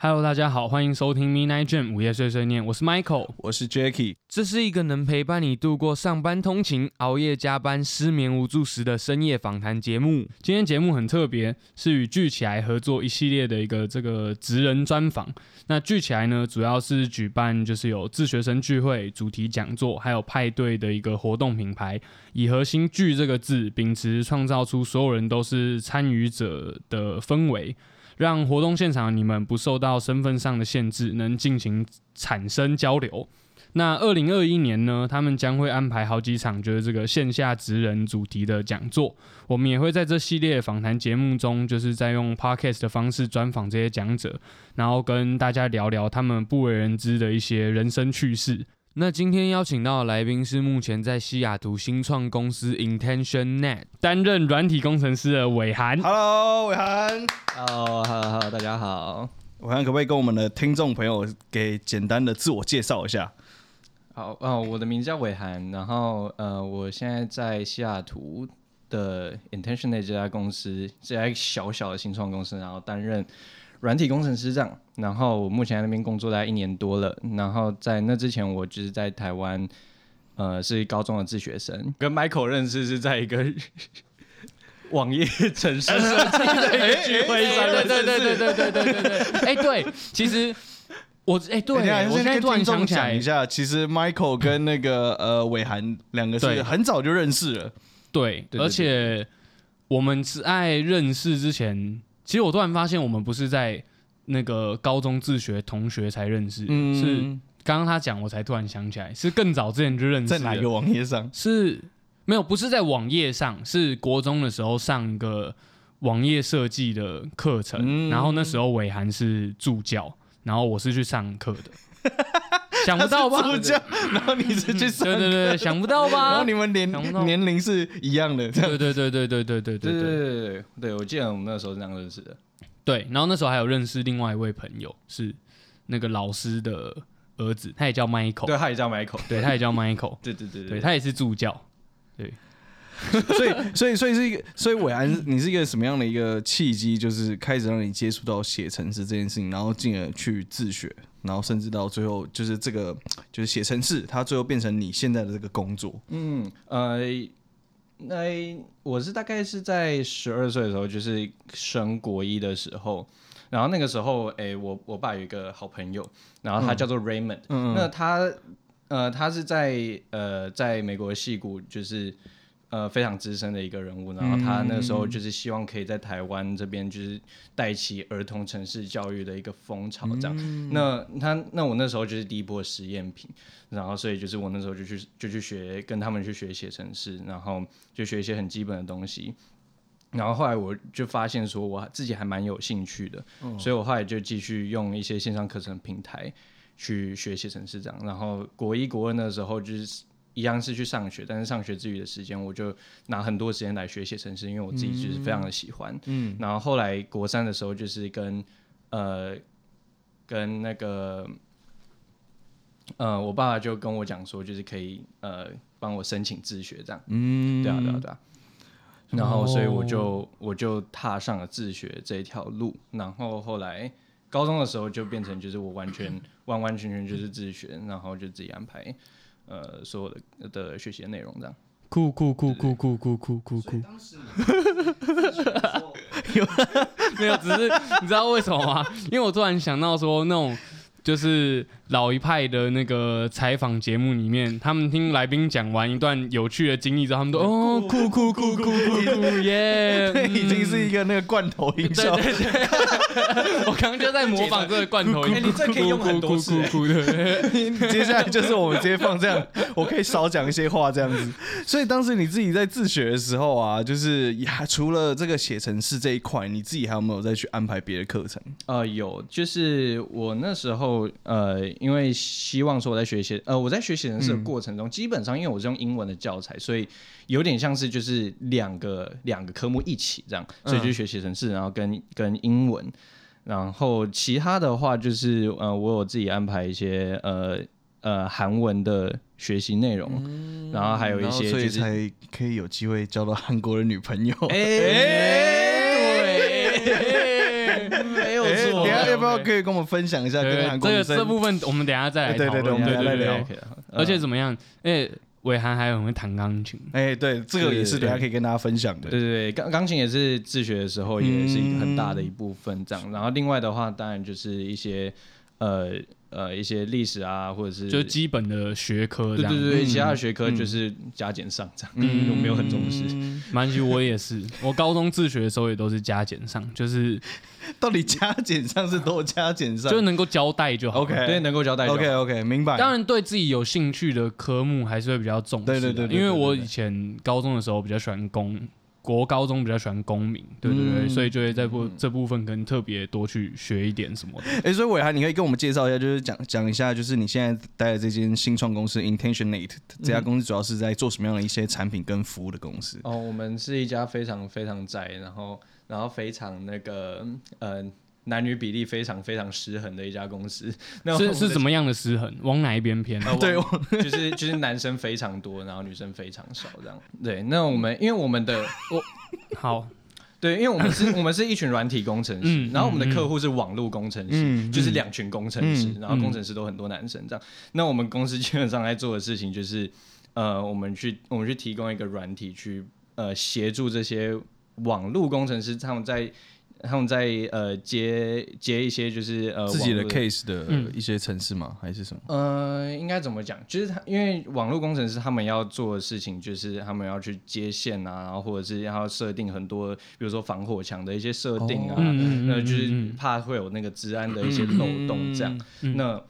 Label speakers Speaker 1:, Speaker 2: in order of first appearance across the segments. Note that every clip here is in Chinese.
Speaker 1: Hello，大家好，欢迎收听 Midnight Jam 午夜碎碎念，我是 Michael。
Speaker 2: 我是 Jacky，
Speaker 1: 这是一个能陪伴你度过上班通勤、熬夜加班、失眠无助时的深夜访谈节目。今天节目很特别，是与聚起来合作一系列的一个这个职人专访。那聚起来呢，主要是举办就是有自学生聚会、主题讲座，还有派对的一个活动品牌，以核心“聚”这个字，秉持创造出所有人都是参与者的氛围，让活动现场的你们不受到身份上的限制，能进行产生交流。那二零二一年呢，他们将会安排好几场就是这个线下职人主题的讲座，我们也会在这系列访谈节目中，就是在用 podcast 的方式专访这些讲者，然后跟大家聊聊他们不为人知的一些人生趣事。那今天邀请到的来宾是目前在西雅图新创公司 Intention Net 担任软体工程师的伟涵。
Speaker 2: Hello，伟涵，
Speaker 3: h e l l o h e l l o h e l l o 大家好。
Speaker 2: 伟涵可不可以跟我们的听众朋友给简单的自我介绍一下？
Speaker 3: 好，哦，我的名字叫伟涵，然后呃，我现在在西雅图的 Intention Day 这家公司，这家小小的新创公司，然后担任软体工程师这样。然后我目前在那边工作大概一年多了，然后在那之前，我就是在台湾，呃，是高中的自学生，跟 Michael 认识是在一 个网页城市设计的一个聚会上
Speaker 1: 对对对对
Speaker 3: 认识。
Speaker 1: 对对对对对，哎、对，其实我哎、对
Speaker 2: 哎等一下，
Speaker 1: 我现在
Speaker 2: 先
Speaker 1: 突
Speaker 2: 跟
Speaker 1: 然
Speaker 2: 听
Speaker 1: 想
Speaker 2: 众
Speaker 1: 起来
Speaker 2: 讲一，下，其实 Michael 跟那个呃伟涵两个
Speaker 1: 对
Speaker 2: 是很早就认识了，
Speaker 1: 对，
Speaker 3: 对对
Speaker 1: 而且我们是爱认识之前，其实我突然发现我们不是在那个高中自学同学才认识，是
Speaker 2: 嗯，
Speaker 1: 刚刚他讲我才突然想起来，是更早之前就认识
Speaker 2: 在
Speaker 1: 了。
Speaker 2: 哪一个网页上？
Speaker 1: 是没有，不是在网页上，是国中的时候上一个网页设计的课程，
Speaker 2: 嗯
Speaker 1: 然后那时候伟涵是助教，然后我是去上课的， 想不到吧？
Speaker 2: 他是助教，然后你是 去上
Speaker 1: 对对
Speaker 2: 课，
Speaker 1: 对，想不到
Speaker 2: 然后
Speaker 1: 吧
Speaker 2: 你？们年
Speaker 1: 想不到
Speaker 2: 年龄是一样的，这
Speaker 1: 对
Speaker 2: 样
Speaker 1: 对对对对对对 对
Speaker 3: 对对
Speaker 1: 对
Speaker 3: 对对对，对我记得我们那时候是这样认识的。
Speaker 1: 对，然后那时候还有认识另外一位朋友，是那个老师的儿子，他也叫 Michael，
Speaker 3: 对，他也叫 Michael。
Speaker 1: 对他也叫 Michael，
Speaker 3: 对对对
Speaker 1: 哦对他也是助教，
Speaker 2: 所以，所以，所以是一个，所以伟安，你是一个什么样的一个契机，就是开始让你接触到写程式这件事情，然后进而去自学，然后甚至到最后，就是这个就是写程式，它最后变成你现在的这个工作。
Speaker 3: 嗯呃，那我是大概是在十二岁的时候，就是升国一的时候，然后那个时候，哎、我我爸有一个好朋友，然后他叫做 Raymond，、那他呃他是在呃在美国戏谷就是。呃，非常资深的一个人物，然后他那时候就是希望可以在台湾这边就是带起儿童城市教育的一个风潮，这样。那他那我那时候就是第一波实验品，然后所以就是我那时候就去就去学跟他们去学写程式，然后就学一些很基本的东西。然后后来我就发现说我自己还蛮有兴趣的，所以我后来就继续用一些线上课程平台去学写程式这样。然后国一国二那时候就是。一样是去上学，但是上学之余的时间，我就拿很多时间来学写程式，因为我自己就是非常的喜欢。嗯，然后后来国三的时候，就是跟呃跟那个呃，我爸爸就跟我讲说，就是可以呃帮我申请自学这样。嗯，对啊，对啊，对啊。然后，所以我就、我就踏上了自学这一条路。然后后来高中的时候就变成就是我完全完完全全就是自学，然后就自己安排呃所有的的学习的内容这样。
Speaker 1: 酷酷酷酷酷酷酷酷酷。没 有，只是你知道为什么吗？因为我突然想到说，那种就是老一派的那个采访节目里面，他们听来宾讲完一段有趣的经历之后，他们都哦酷酷酷酷酷酷耶，
Speaker 2: 对， 已经是一
Speaker 1: 嗯。
Speaker 2: 个那个罐头营销，
Speaker 1: 对对对，我刚刚就在模仿这个罐头音，
Speaker 3: 哎你这可以用很多次
Speaker 1: 咕咕咕咕咕咕的。
Speaker 2: 接下来就是我们直接放这样，我可以少讲一些话这样子。所以当时你自己在自学的时候啊，就是也还除了这个写程式这一块，你自己还有没有再去安排别的课程？
Speaker 3: 呃，有，就是我那时候呃，因为希望说我在学写，呃，我在学写程
Speaker 2: 嗯
Speaker 3: 式的过程中，基本上因为我是用英文的教材，所以有点像是就是两个两个科目一起这样，所
Speaker 2: 嗯
Speaker 3: 以就学写程式，然后跟跟英文，然后其他的话就是呃，我有自己安排一些呃呃韩文的学习内容，然后还有
Speaker 2: 嗯
Speaker 3: 一
Speaker 2: 然后
Speaker 3: 些
Speaker 2: 所以
Speaker 3: 就是
Speaker 2: 才可以有机会交到韩国的女朋友。
Speaker 3: 哎、
Speaker 1: 对，
Speaker 3: 没有
Speaker 2: 哎，
Speaker 3: 错。
Speaker 2: 等一下要不要
Speaker 1: OK
Speaker 2: 可以跟我们分享一下跟
Speaker 1: 哎对，
Speaker 2: 韩国
Speaker 1: 这
Speaker 2: 女
Speaker 1: 个
Speaker 2: 生
Speaker 1: 这部分我们等一下再来
Speaker 2: 对
Speaker 1: 讨
Speaker 2: 对
Speaker 1: 论。
Speaker 2: 对我们等一下
Speaker 1: 对
Speaker 2: 再聊
Speaker 1: 对。
Speaker 3: 嗯
Speaker 1: 而且怎么样？哎，伟涵还很会弹钢琴，
Speaker 2: 哎，对，这个也是
Speaker 3: 对对对
Speaker 2: 等一下可以跟大家分享的。
Speaker 3: 对对对，钢钢琴也是自学的时候也是一个很大的一部分这样。然后另外的话，当然就是一些呃呃一些历史啊，或者是
Speaker 1: 就基本的学科这
Speaker 3: 对
Speaker 1: 样。嗯
Speaker 3: 对对，其他的学科就是加减上这样，我没有很重视。
Speaker 1: 蛮其我也是， 我高中自学的时候也都是加减上，就是
Speaker 3: 啊
Speaker 2: 到底加减上是多加减上
Speaker 1: 就能够交代就好。
Speaker 2: ？OK，
Speaker 3: 对，能够交代就好
Speaker 2: OK OK，明白。
Speaker 1: 当然，对自己有兴趣的科目还是会比较重视啊。
Speaker 2: 对对对对对
Speaker 1: 因为我以前高中的时候比较喜欢公，国高中比较喜欢公民，对对对，
Speaker 2: 嗯
Speaker 1: 所以就会在部这部分可能特别多去学一点什么 的。
Speaker 2: 哎、所以伟涵，你可以跟我们介绍一下，就是讲讲一下，就是你现在待的这间新创公司 Intentionate 这家公司主要是在做什么样的一些产品跟服务的公司？
Speaker 3: 哦，我们是一家非常非常窄，然后然后非常那个呃男女比例非常非常失衡的一家公司。那
Speaker 1: 是是怎
Speaker 3: 么？
Speaker 1: 么样的失衡？往哪一边偏？
Speaker 3: 哦
Speaker 2: 对，
Speaker 3: 就是就是男生非常多，然后女生非常少这样。对，那我们因为我们的我
Speaker 1: 好，
Speaker 3: 对，因为我们是我们是一群软体工程师，
Speaker 1: 嗯
Speaker 3: 然后我们的客户是网络工程师，
Speaker 2: 嗯
Speaker 3: 就是两群工程师，
Speaker 2: 嗯
Speaker 3: 然后工程师都很多男生这样。那我们公司基本上在做的事情就是，呃，我们去我们去提供一个软体去呃协助这些网络工程师他们在。他们在呃接接一些就是呃
Speaker 2: 自己的
Speaker 3: 网络
Speaker 2: case 的
Speaker 1: 嗯
Speaker 2: 一些城市吗？还是什么？
Speaker 3: 呃，应该怎么讲？就是他，因为网络工程师他们要做的事情，就是他们要去接线啊，然后或者是要设定很多，比如说防火墙的一些设定啊，
Speaker 1: 嗯嗯嗯
Speaker 3: 那就是
Speaker 1: 嗯
Speaker 3: 怕会有那个治安的一些漏洞这样。
Speaker 1: 嗯
Speaker 3: 那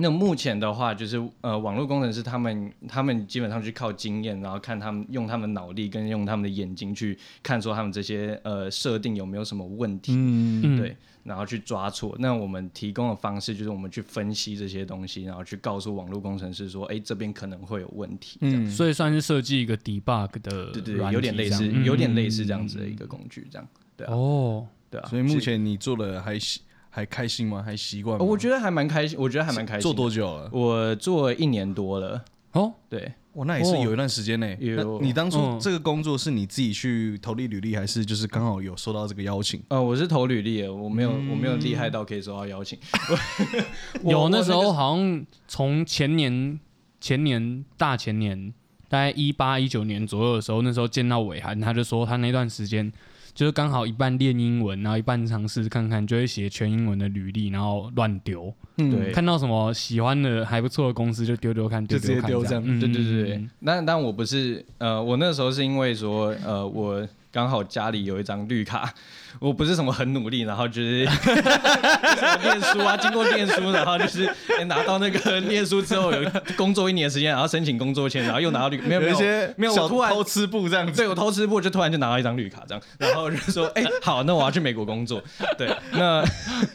Speaker 3: 那目前的话，就是呃，网络工程师他们他们基本上去靠经验，然后看他们用他们脑力跟用他们的眼睛去看说他们这些呃设定有没有什么问题。
Speaker 2: 嗯，
Speaker 1: 嗯，
Speaker 3: 对，然后去抓错。那我们提供的方式就是我们去分析这些东西，然后去告诉网络工程师说，哎，这边可能会有问题。嗯，
Speaker 1: 所以算是设计一个 debug 的
Speaker 3: 对对，
Speaker 1: 软体
Speaker 3: 有点类
Speaker 1: 这
Speaker 3: 似
Speaker 1: 样，嗯
Speaker 3: 有点类似这样子的一个工具，这样对啊，
Speaker 1: 哦，
Speaker 3: 对啊。
Speaker 2: 所以目前你做的还习还开心吗？还习惯吗？
Speaker 3: 呃我觉得还蛮开心，我觉得还蛮开心。
Speaker 2: 做？多久了？
Speaker 3: 我做一年多了，
Speaker 1: 哦，
Speaker 3: 对，
Speaker 2: 哇，那也是有一段时间呢、
Speaker 3: 哦有
Speaker 2: 那你当初
Speaker 1: 嗯
Speaker 2: 这个工作是你自己去投递履历，还是就是刚好有收到这个邀请？
Speaker 3: 呃，我是投履历的，我没有，我没有厉害到可以收到邀请。我
Speaker 1: 有
Speaker 3: 我
Speaker 1: 那
Speaker 3: 个
Speaker 1: 时候好像从前年、前年、大前年，大概一八一九年左右的时候，那时候见到伟涵，他就说他那段时间就是刚好一半练英文，然后一半尝试看看，就会写全英文的履历，然后乱丢，
Speaker 2: 嗯
Speaker 3: 对
Speaker 1: 看到什么喜欢的还不错的公司就丢丢看，
Speaker 2: 就直接
Speaker 1: 丢看
Speaker 2: 丢
Speaker 1: 这样。
Speaker 2: 这
Speaker 1: 嗯
Speaker 3: 对对对对，
Speaker 1: 嗯
Speaker 3: 那但我不是呃，我那时候是因为说呃，我刚好家里有一张绿卡，我不是什么很努力，然后就是 就是我念书啊，经过念书，然后就是、哎拿到那个 念书之后有工作一年的时间，然后申请工作签，然后又拿到绿，没有没
Speaker 2: 有
Speaker 3: 有
Speaker 2: 一些
Speaker 3: 没有，
Speaker 2: 小
Speaker 3: 我突然
Speaker 2: 偷吃布这样子。
Speaker 3: 对我偷吃过，就突然就拿到一张绿卡这样，然后就说，哎、好，那我要去美国工作。对，那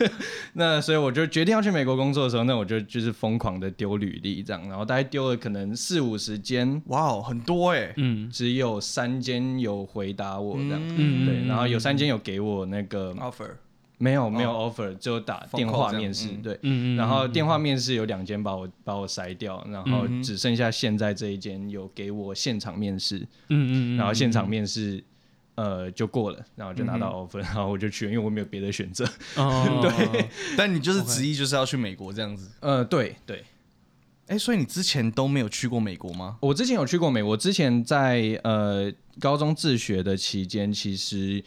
Speaker 3: 那所以我就决定要去美国工作的时候，那我就就是疯狂的丢履历这样，然后大概丢了可能四五十间，
Speaker 2: 哇哦，很多哎、
Speaker 1: 嗯
Speaker 3: 只有三间有回答我这样。
Speaker 1: 嗯，
Speaker 3: 对，然后有三间有给我那个
Speaker 2: offer
Speaker 3: 没有没有 offer，就打
Speaker 2: 放
Speaker 3: 电
Speaker 2: call
Speaker 3: 话
Speaker 2: 这样
Speaker 3: 面试，
Speaker 2: 嗯
Speaker 3: 对，
Speaker 1: 嗯嗯，嗯
Speaker 3: 然后电话面试有两间把我把我筛掉，然后只剩下现在这一间有给我现场面试，
Speaker 1: 嗯嗯嗯，
Speaker 3: 然后现场面试，呃，就过了，然后就拿到
Speaker 1: 嗯
Speaker 3: offer，、然后我就去了，因为我没有别的选择。
Speaker 1: 哦
Speaker 3: 对
Speaker 2: 但你就是执意就是要去美国这样子。
Speaker 3: 呃，对对，
Speaker 2: 哎、所以你之前都没有去过美国吗？
Speaker 3: 我之前有去过美国，之前在呃高中自学的期间，其实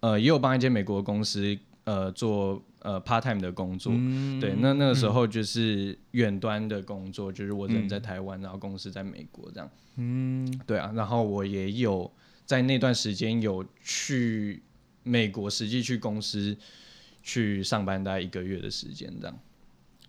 Speaker 3: 呃也有帮一间美国公司呃做呃 part time 的工作。
Speaker 2: 嗯
Speaker 3: 对，那那个时候就是远端的工作，就是我人在台湾，然后公司在美国这样。嗯，对啊，然后我也有在那段时间有去美国，实际去公司去上班，大概一个月的时间这样，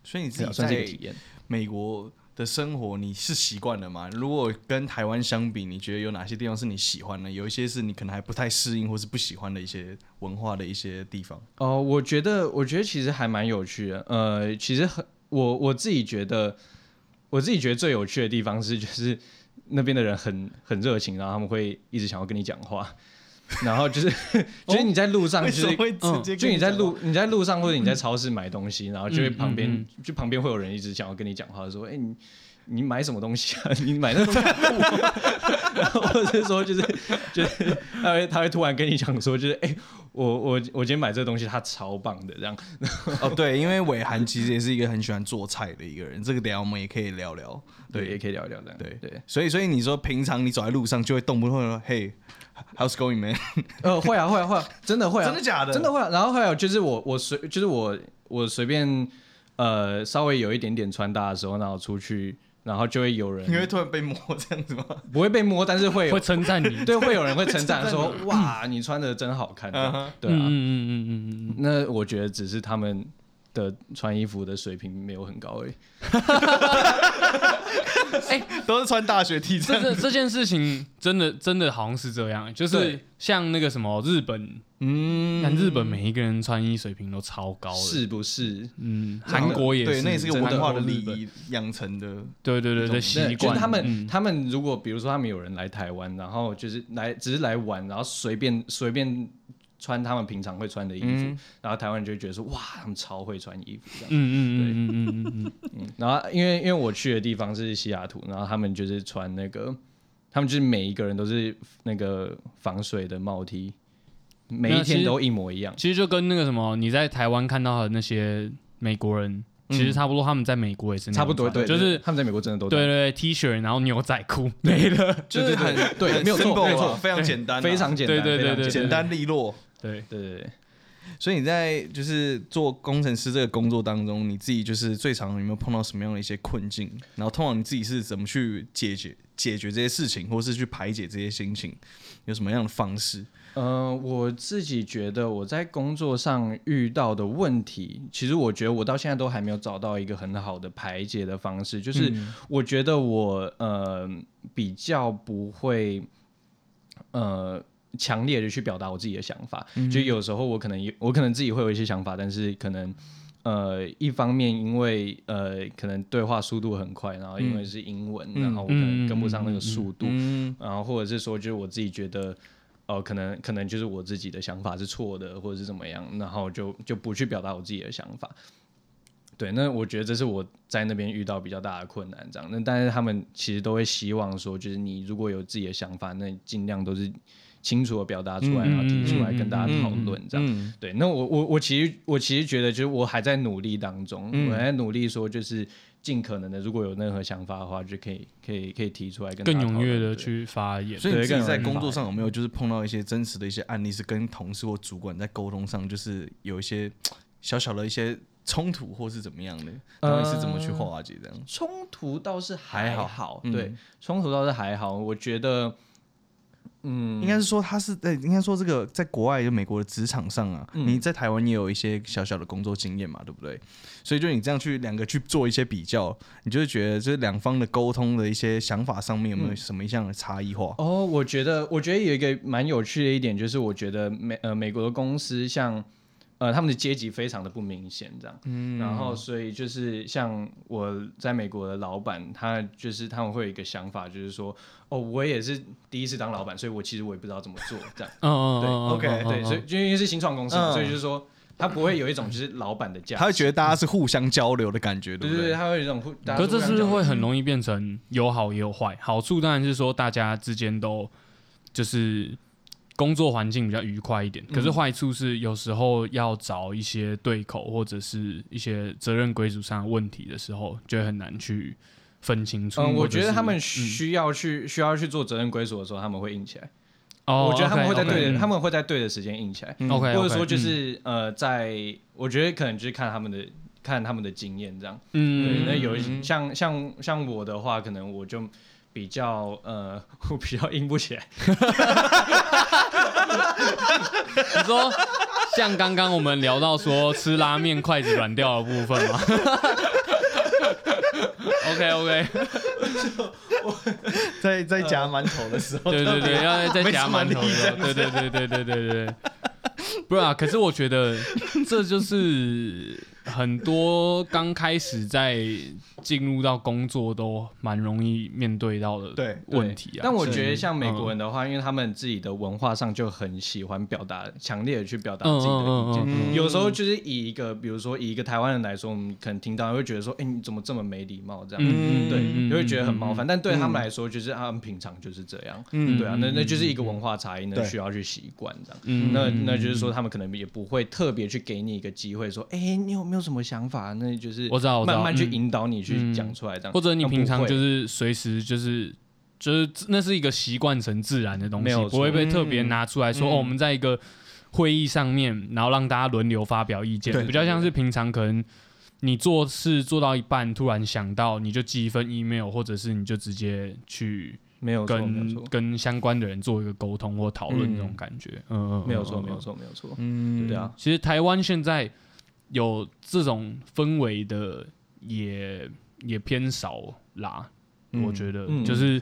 Speaker 2: 所以你自
Speaker 3: 对啊
Speaker 2: 己
Speaker 3: 算是一个
Speaker 2: 在
Speaker 3: 体验。
Speaker 2: 美国的生活，你是习惯了吗？如果跟台湾相比，你觉得有哪些地方是你喜欢的？有一些是你可能还不太适应或是不喜欢的一些文化的一些地方。
Speaker 3: 哦，我觉得，我觉得其实还蛮有趣的。呃，其实很，我我自己觉得，我自己觉得最有趣的地方是，就是那边的人很很热情，然后他们会一直想要跟你讲话，然后就是 就是你在路上
Speaker 2: 为
Speaker 3: 就
Speaker 2: 什么
Speaker 3: 是。
Speaker 2: 会直接跟讲话？
Speaker 3: 就你在路你在路上或者你在超市买东西，然后就会旁边、
Speaker 1: 嗯嗯
Speaker 3: 就旁边会有人一直想要跟你讲话，说：“哎、你你买什么东西啊？ 你买那东西啊 然后或者是说就是就是他会他会突然跟你讲说就是哎、我我我今天买这个东西它超棒的这样，
Speaker 2: 哦，对，因为伟涵其实也是一个很喜欢做菜的一个人，这个等一下我们也可以聊聊。
Speaker 3: 对，也可以聊一聊这样，
Speaker 2: 对
Speaker 3: 对。
Speaker 2: 所以所以你说平常你走在路上就会动不动说，Hey，how's going man？
Speaker 3: 呃，会啊，会啊，会啊，真的会啊，
Speaker 2: 真的假的
Speaker 3: 真的会啊。然后还有就是我，我随，就是我，我随便，呃，稍微有一点点穿搭的时候，然后出去，然后就会有
Speaker 2: 你
Speaker 3: 人
Speaker 2: 会突然被摸这样子吗？
Speaker 3: 不会被摸，但是会有
Speaker 1: 会，称赞你。
Speaker 3: 对，会有人会称赞说，哇，你穿的真好看，
Speaker 2: 嗯哼
Speaker 3: 对
Speaker 1: 嗯
Speaker 3: 啊。
Speaker 1: 嗯嗯嗯嗯
Speaker 3: 那我觉得只是他们的穿衣服的水平没有很高而已。
Speaker 1: 嗯，哎、
Speaker 2: 都是穿大学 T
Speaker 1: 这
Speaker 2: 这
Speaker 1: 这这件事情真的真的好像是这样，就是
Speaker 3: 对
Speaker 1: 像那个什么日本，
Speaker 2: 嗯
Speaker 1: 看日本每一个人穿衣水平都超高的，，
Speaker 3: 是不是？
Speaker 1: 嗯，韩国也是，
Speaker 2: 对，那也是一个
Speaker 3: 真的
Speaker 2: 文化的
Speaker 3: 日
Speaker 2: 礼
Speaker 3: 本
Speaker 2: 仪养成的。
Speaker 1: 对对对对习
Speaker 3: 对
Speaker 1: 惯，
Speaker 3: 就是他们，
Speaker 1: 嗯
Speaker 3: 他们如果比如说他们有人来台湾，然后就是来只是来玩，然后随便随便穿他们平常会穿的衣服，然后台湾人就会觉得说哇，他们超会穿衣服这样。
Speaker 1: 嗯嗯嗯嗯嗯嗯
Speaker 3: 然后因为因为我去的地方是西雅图，然后他们就是穿那个，他们就是每一个人都是那个防水的帽 T，每一
Speaker 1: 那其实
Speaker 3: 天都一模一样
Speaker 1: 嗯，。其实就跟那个什么，你在台湾看到的那些美国人，其实差不多，他们在美国也是那样
Speaker 3: 嗯差不多，对，
Speaker 1: 穿就是
Speaker 3: 他们在美国真的都
Speaker 1: 对对对 T 恤，然后牛仔裤没了，
Speaker 2: 就是很
Speaker 3: 对
Speaker 2: 很
Speaker 3: 没有错
Speaker 2: simple 啊
Speaker 3: 没有错
Speaker 2: 非常简单啊，
Speaker 3: 非常简单，
Speaker 1: 对对对
Speaker 3: 非常
Speaker 1: 对
Speaker 2: 简单利落。
Speaker 1: 对，
Speaker 3: 对对对。
Speaker 2: 所以你在就是做工程师这个工作当中，你自己就是最常有没有碰到什么样的一些困境？然后通常你自己是怎么去解决解决这些事情，或是去排解这些心情，有什么样的方式？
Speaker 3: 嗯，我自己觉得我在工作上遇到的问题，其实我觉得我到现在都还没有找到一个很好的排解的方式。
Speaker 1: 嗯
Speaker 3: 就是我觉得我呃比较不会呃强烈的去表达我自己的想法，
Speaker 2: 嗯
Speaker 3: 就有时候我可能有我可能自己会有一些想法，但是可能。呃，一方面因为呃，可能对话速度很快，然后因为是英文，然后我可
Speaker 1: 嗯
Speaker 3: 能跟不上那个速度，
Speaker 2: 嗯，
Speaker 3: 然后或者是说，就是我自己觉得，呃，可能可能就是我自己的想法是错的，或者是怎么样，然后就就不去表达我自己的想法。对，那我觉得这是我在那边遇到比较大的困难，这样。那但是他们其实都会希望说，就是你如果有自己的想法，那尽量都是清楚的表达出来，
Speaker 1: 嗯
Speaker 3: 然后提出来
Speaker 1: 嗯
Speaker 3: 跟大家讨论这样。
Speaker 2: 嗯
Speaker 3: 对，那我我我其实我其实觉得，就是我还在努力当中，
Speaker 1: 嗯
Speaker 3: 我还在努力说，就是尽可能的，如果有任何想法的话，就可以可以可以提出来跟
Speaker 1: 更
Speaker 3: 大家讨
Speaker 1: 踊
Speaker 3: 论
Speaker 1: 跃的
Speaker 3: 对
Speaker 1: 去发言，
Speaker 2: 所以你自己在工作
Speaker 1: 对
Speaker 2: 上有没有就是碰到一些真实的一些案例，是跟同事或主管在沟通上就是有一些小小的一些冲突，或是怎么样的？然后你是怎么去化解这样？
Speaker 3: 冲突倒是还好，
Speaker 2: 还嗯
Speaker 3: 对，冲突倒是还好。我觉得，嗯，
Speaker 2: 应该是说他是在，应该说这个在国外就美国的职场上啊，你在台湾也有一些小小的工作经验嘛，对不对？所以就你这样去两个去做一些比较，你就会觉得这两方的沟通的一些想法上面有没有什么样的差异化？
Speaker 3: 哦，我觉得，我觉得有一个蛮有趣的一点，就是我觉得美呃美国的公司像呃他们的阶级非常的不明显，这样，嗯，然后所以就是像我在美国的老板，他就是他们会有一个想法，就是说，哦，我也是第一次当老板，所以我其实我也不知道怎么做，这样，
Speaker 1: 嗯嗯嗯
Speaker 3: 对
Speaker 1: 嗯
Speaker 2: OK，
Speaker 1: 嗯嗯
Speaker 3: 对，所以就因为是新创公司，
Speaker 2: 嗯
Speaker 3: 嘛，所以就是说他不会有一种就是老板的价值，
Speaker 2: 他会觉得大家是互相交流的感觉，
Speaker 3: 对
Speaker 2: 不
Speaker 3: 对对，？他会有一种互，大
Speaker 1: 可
Speaker 3: 家
Speaker 1: 是这
Speaker 3: 互相
Speaker 1: 是不是
Speaker 3: 讲嗯
Speaker 1: 会很容易变成有好也有坏？好处当然是说大家之间都就是工作环境比较愉快一点，
Speaker 3: 嗯
Speaker 1: 可是坏处是有时候要找一些对口或者是一些责任归属上的问题的时候，就会很难去分清楚。
Speaker 3: 嗯，我
Speaker 1: 或者
Speaker 3: 觉得
Speaker 1: 是
Speaker 3: 他们需要去、需要去做责任归属的时候，他们会硬起来。
Speaker 1: 哦，
Speaker 3: 我觉得他们会在对的
Speaker 1: OK，OK，
Speaker 3: 他们会在对的时间硬起来，
Speaker 1: 嗯 OK，
Speaker 3: 或者说就是、呃，在我觉得可能就是看他们的看他们的经验这样。对，
Speaker 1: 嗯，
Speaker 3: 那有一像像像我的话，可能我就比较呃， 我比较硬不起来。
Speaker 1: 你说像刚刚我们聊到说吃拉面筷子软掉的部分吗 ？OK OK，
Speaker 2: 在在夹馒头的时
Speaker 3: 哦
Speaker 2: 候，
Speaker 1: 对对对，要再夹馒头
Speaker 2: 没什么力
Speaker 1: 的，
Speaker 2: 这样
Speaker 1: 对对 对对 对对对对。不是啊，可是我觉得这就是很多刚开始在进入到工作都蛮容易面对到的
Speaker 3: 对
Speaker 1: 问题啊。
Speaker 3: 但我
Speaker 2: 是
Speaker 3: 觉得像美国人的话，因为他们自己的文化上就很喜欢表达，强烈的去表达
Speaker 1: 嗯
Speaker 3: 自己的意见。
Speaker 1: 嗯
Speaker 2: 嗯嗯
Speaker 3: 有时候就是以一个，比如说以一个台湾人来说，我们可能听到会觉得说，哎、你怎么这么没礼貌这样？
Speaker 2: 嗯
Speaker 3: 对，
Speaker 1: 嗯
Speaker 3: 你会觉得很
Speaker 1: 嗯
Speaker 3: 冒犯。但对他们来说，就是他们平常就是这样。
Speaker 2: 嗯
Speaker 3: 对啊，那那就是一个文化差异，那
Speaker 2: 对
Speaker 3: 需要去习惯这样。
Speaker 1: 嗯
Speaker 3: 那那就是说，他们可能也不会特别去给你一个机会，说，哎、你有没有什么想法？那就是
Speaker 1: 我知道我知道
Speaker 3: 慢慢去
Speaker 1: 嗯
Speaker 3: 引导你去
Speaker 1: 嗯
Speaker 3: 讲出来这样。
Speaker 1: 或者你
Speaker 3: 那不
Speaker 1: 平常
Speaker 3: 会
Speaker 1: 就是随时就是就是那是一个习惯成自然的东
Speaker 3: 没
Speaker 1: 西
Speaker 3: 有，错嗯
Speaker 1: 不会被特别拿出来说、哦，我们在一个会议上面，然后让大家轮流发表意见
Speaker 2: 对，
Speaker 1: 比较像是平常可能你做事做到一半，突然想到你就寄一份 email，或者是你就直接去
Speaker 3: 没有错，没有
Speaker 1: 跟
Speaker 3: 错。
Speaker 1: 跟相关的人做一个沟通或讨论
Speaker 2: 嗯
Speaker 1: 这种感觉，嗯，嗯
Speaker 3: 没有错，没。
Speaker 1: 嗯嗯
Speaker 3: 有
Speaker 1: 嗯
Speaker 3: 错，没有错。
Speaker 2: 嗯
Speaker 3: 对啊，
Speaker 1: 其实台湾现在有这种氛围的也也偏少啦，
Speaker 2: 嗯
Speaker 1: 我觉得、
Speaker 3: 嗯
Speaker 1: 就是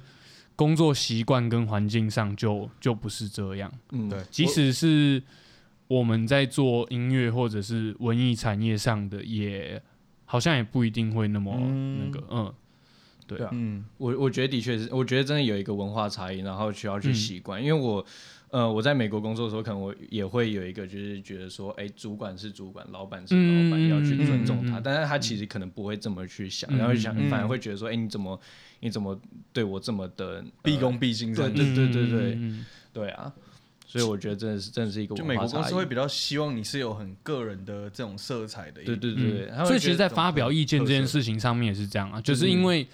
Speaker 1: 工作习惯跟环境上就就不是这样，
Speaker 3: 嗯，
Speaker 2: 对
Speaker 1: 即使是我们在做音乐或者是文艺产业上的，也好像也不一定会那么
Speaker 2: 嗯
Speaker 1: 那个，嗯，对
Speaker 3: 对啊
Speaker 2: 嗯
Speaker 3: 我我觉得的确是，我觉得真的有一个文化差异，然后需要去
Speaker 1: 嗯
Speaker 3: 习惯。因为我，呃，我在美国工作的时候，可能我也会有一个，就是觉得说，哎、主管是主管，老板是老板，
Speaker 1: 嗯
Speaker 3: 要去尊重
Speaker 1: 嗯嗯
Speaker 3: 他。
Speaker 1: 嗯
Speaker 3: 但是他其实可能不会这么去想，
Speaker 1: 嗯
Speaker 3: 然后想
Speaker 2: 嗯
Speaker 3: 反而会觉得说，哎、你怎么你怎么对我这么的
Speaker 2: 毕？
Speaker 3: 呃
Speaker 2: 恭毕敬这样
Speaker 3: 对对对对对
Speaker 1: 嗯
Speaker 3: 对啊，所以我觉得真的是真的是一个
Speaker 2: 就
Speaker 3: 文
Speaker 2: 美
Speaker 3: 化
Speaker 2: 国
Speaker 3: 差
Speaker 2: 公
Speaker 3: 异
Speaker 2: 司。会比较希望你是有很个人的这种色彩的一，
Speaker 3: 对对对对，他
Speaker 1: 嗯
Speaker 3: 会
Speaker 1: 所以其
Speaker 3: 觉
Speaker 1: 实，
Speaker 3: 得
Speaker 1: 在发表意见这件事情上面也是这样
Speaker 3: 嗯
Speaker 1: 啊，就是因为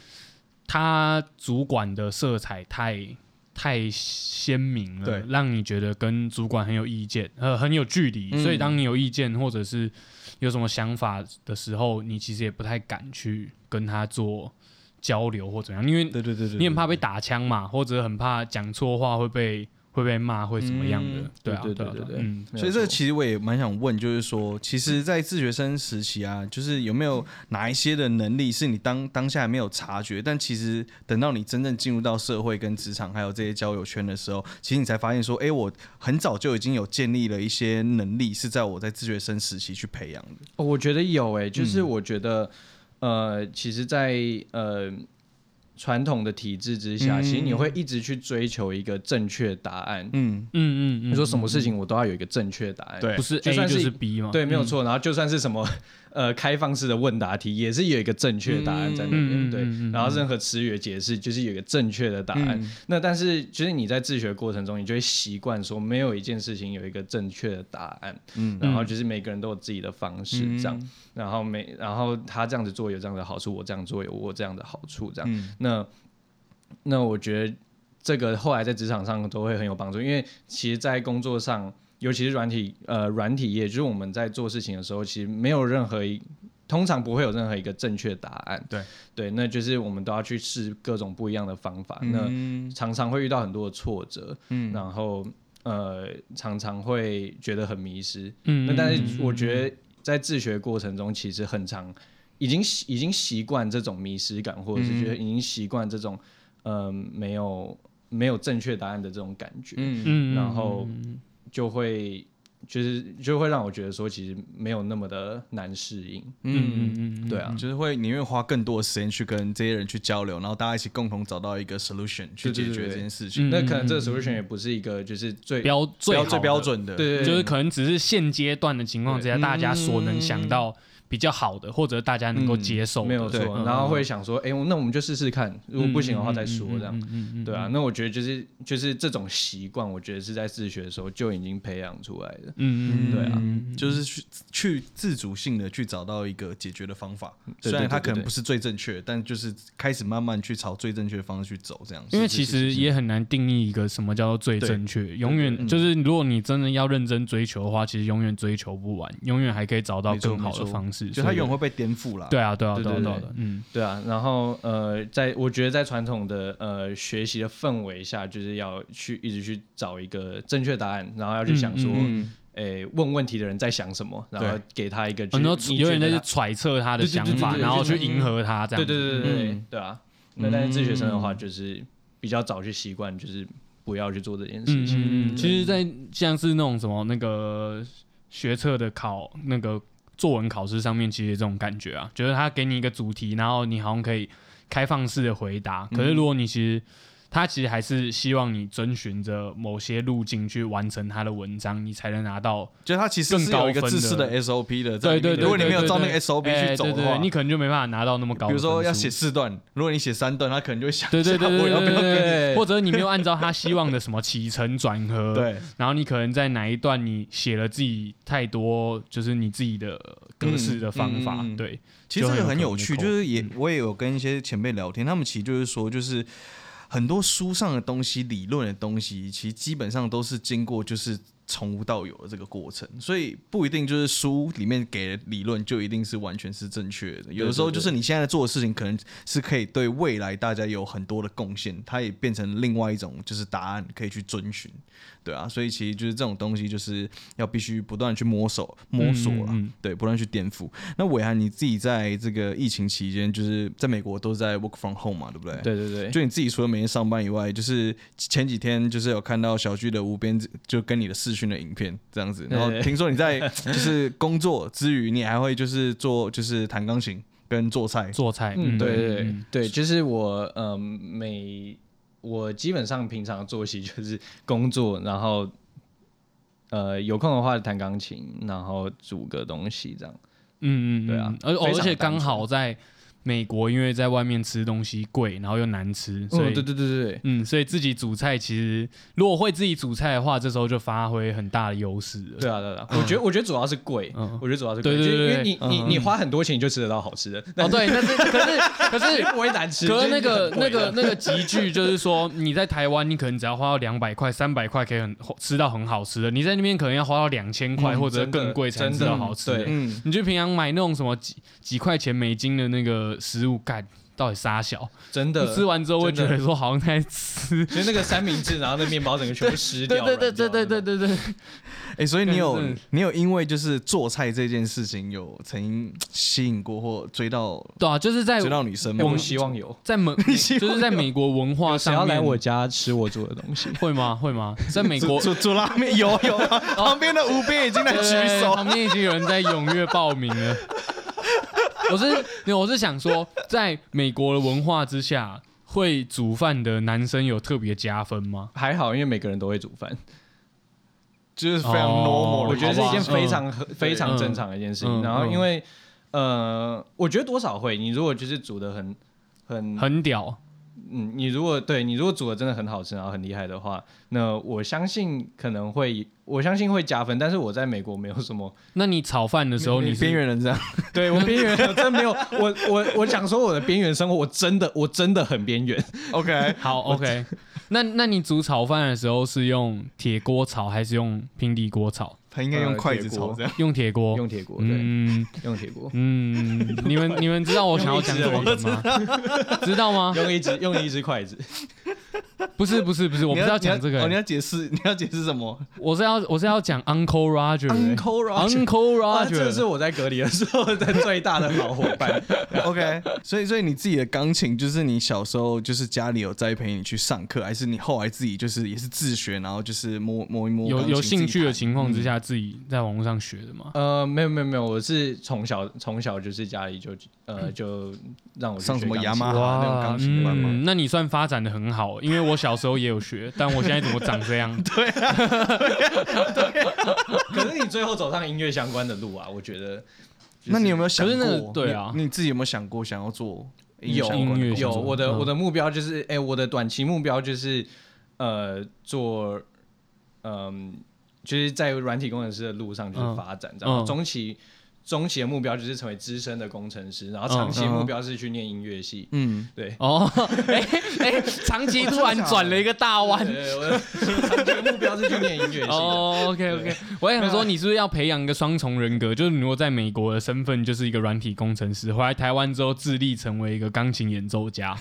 Speaker 1: 他主管的色彩太太鲜明了，
Speaker 2: 对
Speaker 1: 让你觉得跟主管很有意见，呃，很有距离。
Speaker 2: 嗯
Speaker 1: 所以当你有意见或者是有什么想法的时候，你其实也不太敢去跟他做交流或怎样，因为
Speaker 2: 对对对对，
Speaker 1: 你很怕被打枪嘛，或者很怕讲错话会被会被骂，会怎么样的
Speaker 2: 嗯？
Speaker 1: 对啊，
Speaker 3: 对
Speaker 1: 对
Speaker 3: 对
Speaker 1: 啊
Speaker 3: 对
Speaker 1: 对
Speaker 3: 对
Speaker 1: 啊，嗯，
Speaker 3: 没有
Speaker 2: 所以这
Speaker 3: 错
Speaker 2: 其实我也蛮想问，就是说，其实，在自学生时期啊，就是有没有哪一些的能力是你当当下没有察觉，但其实等到你真正进入到社会跟职场，还有这些交友圈的时候，其实你才发现说，哎、我很早就已经有建立了一些能力，是在我在自学生时期去培养的。
Speaker 3: 哦我觉得有诶、就是
Speaker 1: 嗯
Speaker 3: 我觉得，呃，其实在，呃传统的体制之下，其实你会一直去追求一个正确答案。
Speaker 2: 嗯
Speaker 1: 嗯嗯嗯嗯，
Speaker 3: 你说什么事情我都要有一个正确答案，
Speaker 2: 对
Speaker 1: 不是
Speaker 3: 就
Speaker 1: A
Speaker 3: 算
Speaker 1: 就是是 B 嘛？
Speaker 3: 对，没有错。然后就算是什么呃开放式的问答题，也是有一个正确答案在那边，
Speaker 1: 嗯嗯
Speaker 3: 对
Speaker 1: 嗯嗯。嗯
Speaker 3: 然后任何词语的解释，就是有一个正确的答案。那但是就是你在自学过程中，你就会习惯说没有一件事情有一个正确的答案，
Speaker 2: 嗯
Speaker 3: 然后就是每个人都有自己的方式
Speaker 1: 嗯
Speaker 3: 这样。然后每然后他这样子做有这样的好处，我这样做有我这样的好处，这样。
Speaker 2: 嗯
Speaker 3: 那那我觉得这个后来在职场上都会很有帮助，因为其实，在工作上，尤其是软体呃软体业，就是我们在做事情的时候，其实没有任何一。通常不会有任何一个正确答案，
Speaker 2: 对
Speaker 3: 对，那就是我们都要去试各种不一样的方法。那
Speaker 2: 嗯
Speaker 3: 常常会遇到很多的挫折，
Speaker 2: 嗯
Speaker 3: 然后呃，常常会觉得很迷失。
Speaker 1: 嗯，嗯，
Speaker 3: 那但
Speaker 1: 嗯
Speaker 3: 是我觉得在自学过程中，其实很常已经习已经习惯这种迷失感，或者
Speaker 2: 嗯
Speaker 3: 是觉得已经习惯这种嗯、呃没有没有正确答案的这种感觉，
Speaker 2: 嗯
Speaker 1: 嗯，
Speaker 3: 然后
Speaker 1: 嗯嗯嗯
Speaker 3: 就会就是就会让我觉得说，其实没有那么的难适应。
Speaker 1: 嗯嗯嗯，
Speaker 3: 对啊
Speaker 2: 就是会宁愿花更多的时间去跟这些人去交流，然后大家一起共同找到一个 solution 去
Speaker 3: 对对
Speaker 2: 解
Speaker 3: 对
Speaker 2: 决
Speaker 3: 对
Speaker 2: 这件事
Speaker 1: 嗯
Speaker 2: 情。
Speaker 3: 那可能这个 solution 也不是一个就是最
Speaker 1: 标最
Speaker 2: 标
Speaker 1: 好
Speaker 2: 最
Speaker 1: 的
Speaker 2: 标，准的，
Speaker 3: 对对
Speaker 1: 就是可能只是现阶段的情况之下，
Speaker 2: 对
Speaker 1: 大家所能想
Speaker 2: 嗯
Speaker 1: 到比较好的，或者大家能够
Speaker 2: 嗯
Speaker 1: 接受的，
Speaker 3: 没有错
Speaker 2: 对，
Speaker 3: 然后会想说，哎、那我们就试试看，如果不行的话再说
Speaker 1: 嗯
Speaker 3: 这样。，
Speaker 1: 嗯嗯嗯
Speaker 3: 对啊，
Speaker 1: 嗯
Speaker 3: 那我觉得就是就是这种习惯，我觉得是在自学的时候就已经培养出来的。
Speaker 1: 嗯，嗯
Speaker 3: 对啊
Speaker 1: 嗯嗯
Speaker 2: 就是去去自主性的去找到一个解决的方法，
Speaker 1: 嗯
Speaker 3: 对对
Speaker 2: 虽然它
Speaker 3: 对对
Speaker 2: 可能
Speaker 3: 对
Speaker 2: 不是最正确，但就是开始慢慢去朝最正确的方向去走，这样。
Speaker 1: 因为
Speaker 2: 是
Speaker 1: 其实也很难定义一个什么叫做最
Speaker 2: 对
Speaker 1: 正确，永远
Speaker 2: 嗯
Speaker 1: 就是如果你真的要认真追求的话，其实永远追求不完，永远还可以找到
Speaker 2: 没错
Speaker 1: 更好
Speaker 2: 没
Speaker 1: 的
Speaker 2: 错
Speaker 1: 方式，
Speaker 2: 就
Speaker 1: 所
Speaker 2: 它
Speaker 1: 以
Speaker 2: 永远会被颠覆啦。
Speaker 1: 对啊对啊
Speaker 3: 对
Speaker 1: 对啊
Speaker 3: 对
Speaker 1: 对啊
Speaker 3: 对，
Speaker 1: 嗯
Speaker 3: 对啊，然后呃，在我觉得在传统的呃学习的氛围下，就是要去一直去找一个正确答案，然后要去想说，哎、
Speaker 2: 嗯，
Speaker 3: 问问题的人在想什么，然后给他一个就
Speaker 1: 很
Speaker 3: 是
Speaker 1: 多
Speaker 3: 你
Speaker 1: 有
Speaker 3: 觉
Speaker 1: 点
Speaker 3: 得
Speaker 1: 在去
Speaker 3: 他
Speaker 1: 揣测他的
Speaker 3: 对对
Speaker 1: 想
Speaker 3: 对对
Speaker 1: 法，
Speaker 3: 对
Speaker 1: 然后
Speaker 3: 就
Speaker 1: 去
Speaker 3: 是
Speaker 1: 迎合他这样
Speaker 3: 对
Speaker 1: 子，
Speaker 3: 对对对对、
Speaker 2: 嗯
Speaker 3: 对啊。那但是自学生的话，就是比较早去习惯，就是不要去做这件事
Speaker 1: 嗯
Speaker 3: 情。
Speaker 1: 嗯嗯，
Speaker 2: 对
Speaker 1: 其实，在像是那种什么那个学测的考那个作文考试上面其实也这种感觉啊，就是他给你一个主题，然后你好像可以开放式的回答，
Speaker 2: 嗯
Speaker 1: 可是如果你其实。他其实还是希望你遵循着某些路径去完成他的文章，你才能拿到
Speaker 2: 就它其实是有一个自私的 SOP 的，在里面
Speaker 1: 对对对
Speaker 2: 如果你没有照那
Speaker 1: 对对
Speaker 2: 个 SOP
Speaker 1: 哎
Speaker 2: 去走
Speaker 1: 对
Speaker 2: 的
Speaker 1: 对
Speaker 2: 话，
Speaker 1: 对你可能就没办法拿到那么高的
Speaker 2: 比
Speaker 1: 分
Speaker 2: 如
Speaker 1: 数。
Speaker 2: 说要写四段，如果你写三段，他可能就会想
Speaker 1: 对对对
Speaker 2: 一下
Speaker 1: 对
Speaker 2: 我要不
Speaker 1: 对
Speaker 2: 要
Speaker 1: 对
Speaker 2: 跟
Speaker 1: 对，或者你没有按照他希望的什么起承转合，
Speaker 2: 你，对，
Speaker 1: 然后你可能在哪一段你写了自己太多，就是你自己的格式的方法，
Speaker 2: 嗯嗯嗯
Speaker 1: 对，
Speaker 2: 其实这个
Speaker 1: 就很
Speaker 2: 很
Speaker 1: 有
Speaker 2: 有
Speaker 1: 可能嗯
Speaker 2: 趣，
Speaker 1: 被
Speaker 2: 就
Speaker 1: 扣
Speaker 2: 是也我也有跟一些前辈聊天，他们其实就是说，就是很多书上的东西、理论的东西，其实基本上都是经过就是从无到有的这个过程，所以不一定就是书里面给的理论就一定是完全是正确的。有的时候就是你现在做的事情，可能是可以对未来大家有很多的贡献，它也变成另外一种就是答案可以去遵循，对啊，所以其实就是这种东西就是要必须不断地去摸索摸索了，
Speaker 1: 嗯嗯嗯
Speaker 2: 对，不断地去颠覆。那伟涵，你自己在这个疫情期间，就是在美国都是在 work from home 嘛，对不对？。
Speaker 3: 对对对，
Speaker 2: 就你自己除了每天上班以外，就是前几天就是有看到小巨的无边，就跟你的视讯的影片这样子。
Speaker 3: 对
Speaker 2: 然后听说你在就是工作之余，你还会就是做就是弹钢琴跟做菜。
Speaker 1: 做菜，
Speaker 3: 嗯，对对对、
Speaker 1: 嗯
Speaker 3: 对，就是我嗯每我基本上平常的作息 就是工作，然后呃有空的话弹钢琴，然后煮个东西这样。
Speaker 1: 嗯嗯，嗯
Speaker 3: 对啊
Speaker 1: 而
Speaker 3: 非
Speaker 1: 哦
Speaker 3: 常
Speaker 1: 而且
Speaker 3: 单
Speaker 1: 刚
Speaker 3: 纯
Speaker 1: 好在美国，因为在外面吃东西贵，然后又难吃，所以、
Speaker 3: 嗯，对对对对
Speaker 1: 嗯，所以自己煮菜其实如果会自己煮菜的话，这时候就发挥很大的优势了。
Speaker 3: 对啊对啊对啊，我觉得我觉得主要是贵，
Speaker 1: 嗯
Speaker 3: 我觉得主要是
Speaker 1: 对
Speaker 3: 贵，
Speaker 1: 对
Speaker 3: 就
Speaker 1: 对
Speaker 3: 因为
Speaker 1: 对嗯
Speaker 3: 你你你花很多钱就吃得到好吃的，
Speaker 1: 哦，对，但是可是可是
Speaker 3: 不会难 吃。
Speaker 1: 可
Speaker 3: 就是是
Speaker 1: 那个
Speaker 3: 很
Speaker 1: 那
Speaker 3: 贵啊
Speaker 1: 个 那个集聚，就是说你在台湾，你可能只要花到两百块、三百块，可以很吃到很好吃的；你在那边可能要花到两千块
Speaker 3: 嗯
Speaker 1: 或者
Speaker 3: 真的
Speaker 1: 更贵才
Speaker 3: 真的
Speaker 1: 吃到好吃的
Speaker 3: 对。
Speaker 2: 嗯，
Speaker 1: 你就平常买那种什么几几块钱美金的那个食物，干到底啥小？
Speaker 3: 真的
Speaker 1: 吃，完之后会觉
Speaker 3: 真的
Speaker 1: 得说好像在吃。
Speaker 3: 就是那个三明治，然后那面包整个全部湿
Speaker 1: 对对
Speaker 3: 掉。
Speaker 1: 对
Speaker 3: 软掉
Speaker 1: 对对对
Speaker 3: 那
Speaker 1: 对
Speaker 3: 种
Speaker 1: 对，
Speaker 2: 哎、所以你有
Speaker 1: 但是
Speaker 2: 你有因为就是做菜这件事情，有曾经吸引过或追到
Speaker 1: 对啊，就是在
Speaker 2: 追到女生吗？
Speaker 3: 哎我希望有，
Speaker 1: 在 美，就是在美国文化
Speaker 3: 谁
Speaker 1: 上
Speaker 3: 要来我
Speaker 1: 面，
Speaker 3: 家吃我做的东西？
Speaker 1: 会吗？会吗？在美国
Speaker 2: 做做做拉面有 有，旁边的无边已经在举
Speaker 1: 对
Speaker 2: 手。
Speaker 1: 旁边已经有人在踊跃报名 了。我是没有，我是想说，在美国的文化之下，会煮饭的男生有特别加分吗？
Speaker 3: 还好，因为每个人都会煮饭，
Speaker 2: 就是非常
Speaker 1: 哦
Speaker 2: normal，的
Speaker 3: 我觉得是一件
Speaker 2: 好 不好
Speaker 3: 非常合、非常正常的一件事情。
Speaker 1: 嗯
Speaker 3: 然后
Speaker 1: 嗯
Speaker 3: 因为、呃，我觉得多少会，你如果就是煮的很很
Speaker 1: 很屌，
Speaker 3: 嗯，你如果对你如果煮的真的很好吃，然后很厉害的话，那我相信可能会，我相信会加分。但是我在美国没有什 么，
Speaker 1: 那你炒饭的时候，你
Speaker 2: 边
Speaker 1: 是
Speaker 2: 缘人这样，
Speaker 3: 对我边缘，我真没有，我我我想说我的边缘生活，我真的我真的很边缘。
Speaker 2: OK，
Speaker 1: 好 OK。那那你煮炒饭的时候是用铁锅炒还是用平底锅炒？
Speaker 2: 他应该用筷子炒
Speaker 3: 呃铁锅
Speaker 2: 这样。
Speaker 1: 用铁锅。
Speaker 3: 用铁锅，对，
Speaker 1: 嗯
Speaker 3: 用铁锅，
Speaker 1: 嗯，你们你们知道我想要讲什么吗？知道吗？
Speaker 3: 用一只用一只筷子，
Speaker 1: 不是不是不是，我不
Speaker 2: 你
Speaker 1: 是
Speaker 2: 要
Speaker 1: 要讲这
Speaker 2: 你要哦，你
Speaker 1: 个，欸
Speaker 2: 要解释， 你要解释什么？
Speaker 1: 我是要我是要讲 Uncle Roger 欸。
Speaker 3: Uncle Roger。
Speaker 1: Uncle
Speaker 3: 啊，
Speaker 1: Roger，
Speaker 3: 这是我在隔离的时候 的最大的好伙伴。
Speaker 2: OK，所以所以你自己的钢琴，就是你小时候就是家里有栽培你去上课，还是你后来自己就是也是自学，然后就是摸摸一摸钢
Speaker 1: 有
Speaker 2: 琴
Speaker 1: 有兴趣的
Speaker 2: 自己
Speaker 1: 情况之下，自己在网络上学的嘛？
Speaker 3: 呃，没有没有没有，我是从小从小就是家里就呃就让我去
Speaker 2: 上什么
Speaker 3: 学啊钢
Speaker 2: 雅马
Speaker 3: 琴
Speaker 2: 哈那种钢琴班吗？
Speaker 1: 嗯，那你算发展的很好，因为我小时候也有学，但我现在怎么长这样？
Speaker 3: 可是你最后走上音乐相关的路啊，我觉得
Speaker 2: 弹？那你有没有想
Speaker 1: 可是
Speaker 2: 过？
Speaker 1: 那个对啊
Speaker 2: 你你自己有没有想过想要做音乐
Speaker 3: 有
Speaker 2: 相关的
Speaker 1: 音乐
Speaker 2: 工作
Speaker 3: 有我的
Speaker 1: 嗯
Speaker 3: 我的目标就是，哎、我的短期目标就是呃做嗯、就是在软体工程师的路上就是发展，这样、
Speaker 1: 嗯
Speaker 3: 中期中期的目标就是成为资深的工程师，然后长期的目标是去念音乐系。
Speaker 2: 嗯，
Speaker 3: 对，
Speaker 1: 哦， 哎哎，长期突然转了一个大弯。
Speaker 3: 对，我的长期的 目 标是啊去念音乐系的。
Speaker 1: 哦，OK OK，我也想说，你是不是要培养一个双重人格？就是你如果在美国的身份就是一个软体工程师，回来台湾之后致力成为一个钢琴演奏家，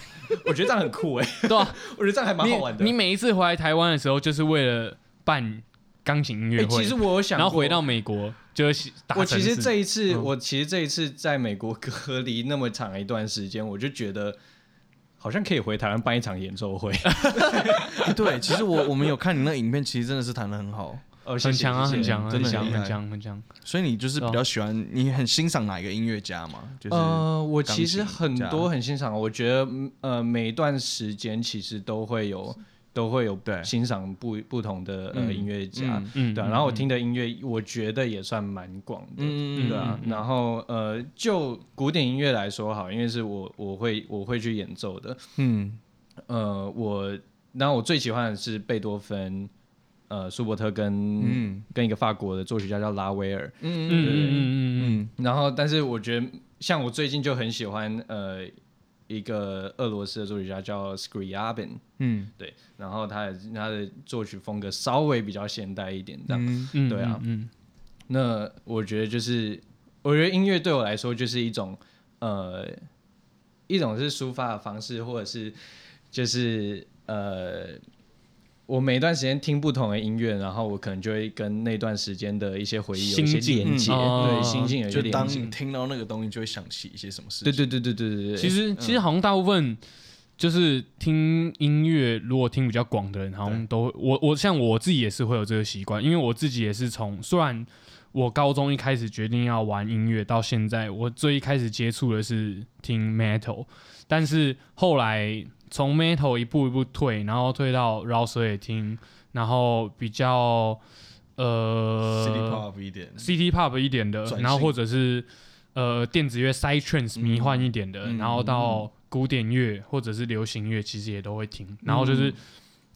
Speaker 3: 我觉得这样很酷哎、
Speaker 1: 对吧？
Speaker 3: 我觉得这样还蛮好玩的。
Speaker 1: 你你每一次回来台湾的时候，就是为了办钢琴音乐
Speaker 3: 哎
Speaker 1: 会。
Speaker 3: 其实我有想
Speaker 1: 然
Speaker 3: 过，
Speaker 1: 后回到美国就是打
Speaker 3: 我其
Speaker 1: 城
Speaker 3: 实
Speaker 1: 市
Speaker 3: 这一次，
Speaker 1: 嗯
Speaker 3: 我其实这一次在美国隔离那么长一段时间，我就觉得好像可以回台湾 办一场演奏会。
Speaker 2: 对，其实我我们有看你那个影片，其实真的是弹的很好。
Speaker 3: 哦，谢
Speaker 1: 很
Speaker 3: 谢
Speaker 1: 强啊，
Speaker 3: 谢谢
Speaker 1: 很强啊，很
Speaker 2: 真的
Speaker 1: 强，
Speaker 2: 很厉害
Speaker 1: 很强，很强。
Speaker 2: 所以你就是
Speaker 1: 啊
Speaker 2: 比较喜欢，你很欣赏哪一个音乐家嘛？就是
Speaker 3: 呃，我其实
Speaker 2: 钢琴
Speaker 3: 很
Speaker 2: 家
Speaker 3: 多很欣赏，我觉得嗯呃，每一段时间其实都会有都会有
Speaker 2: 对
Speaker 3: 欣赏不不同的呃
Speaker 2: 嗯
Speaker 3: 音乐家，
Speaker 2: 嗯
Speaker 1: 嗯，
Speaker 3: 对啊、
Speaker 1: 嗯
Speaker 3: 然后我听的音乐，我觉得也算蛮广的，
Speaker 2: 嗯嗯嗯，
Speaker 3: 对啊。
Speaker 1: 嗯嗯
Speaker 3: 然后呃，就古典音乐来说好，因为是我我会我会去演奏的，
Speaker 2: 嗯
Speaker 3: 呃，我然后我最喜欢的是贝多芬。呃，舒伯特跟、
Speaker 2: 嗯
Speaker 3: 跟一个法国的作曲家叫拉威尔，
Speaker 1: 嗯
Speaker 2: 嗯
Speaker 1: 嗯嗯嗯嗯
Speaker 2: 嗯
Speaker 3: 然后，但是我觉得，像我最近就很喜欢呃一个俄罗斯的作曲家叫 Scriabin，
Speaker 2: 嗯
Speaker 3: 对，然后他的他的作曲风格稍微比较现代一点这样。
Speaker 2: 嗯，
Speaker 1: 嗯，
Speaker 3: 对啊
Speaker 1: 嗯，
Speaker 3: 那我觉得就是，我觉得音乐对我来说就是一种呃一种是抒发的方式，或者是就是呃。我每段时间听不同的音乐，然后我可能就会跟那段时间的一些回忆有一些
Speaker 1: 心境
Speaker 3: 连接，
Speaker 1: 嗯哦
Speaker 3: 对心境有一些
Speaker 2: 就当
Speaker 3: 连接。
Speaker 2: 你听到那个东西，就会想起一些什么事
Speaker 3: 对
Speaker 2: 情。
Speaker 3: 对对对对对对，
Speaker 1: 嗯其实其实好像大部分就是听音乐，如果听比较广的人，好像都会我我像我自己也是会有这个习惯，因为我自己也是从虽然我高中一开始决定要玩音乐，到现在我最一开始接触的是听 metal，但是后来从 metal 一步一步退，然后退到饶舌也听，然后比较呃
Speaker 2: City Pop 一点，
Speaker 1: City Pop 一点的
Speaker 2: 转，型
Speaker 1: 然后或者是呃电子乐 Side Trance 迷幻一点的，
Speaker 2: 嗯
Speaker 1: 然后到古典乐或者是流行乐，其实也都会
Speaker 2: 嗯
Speaker 1: 听。然后就是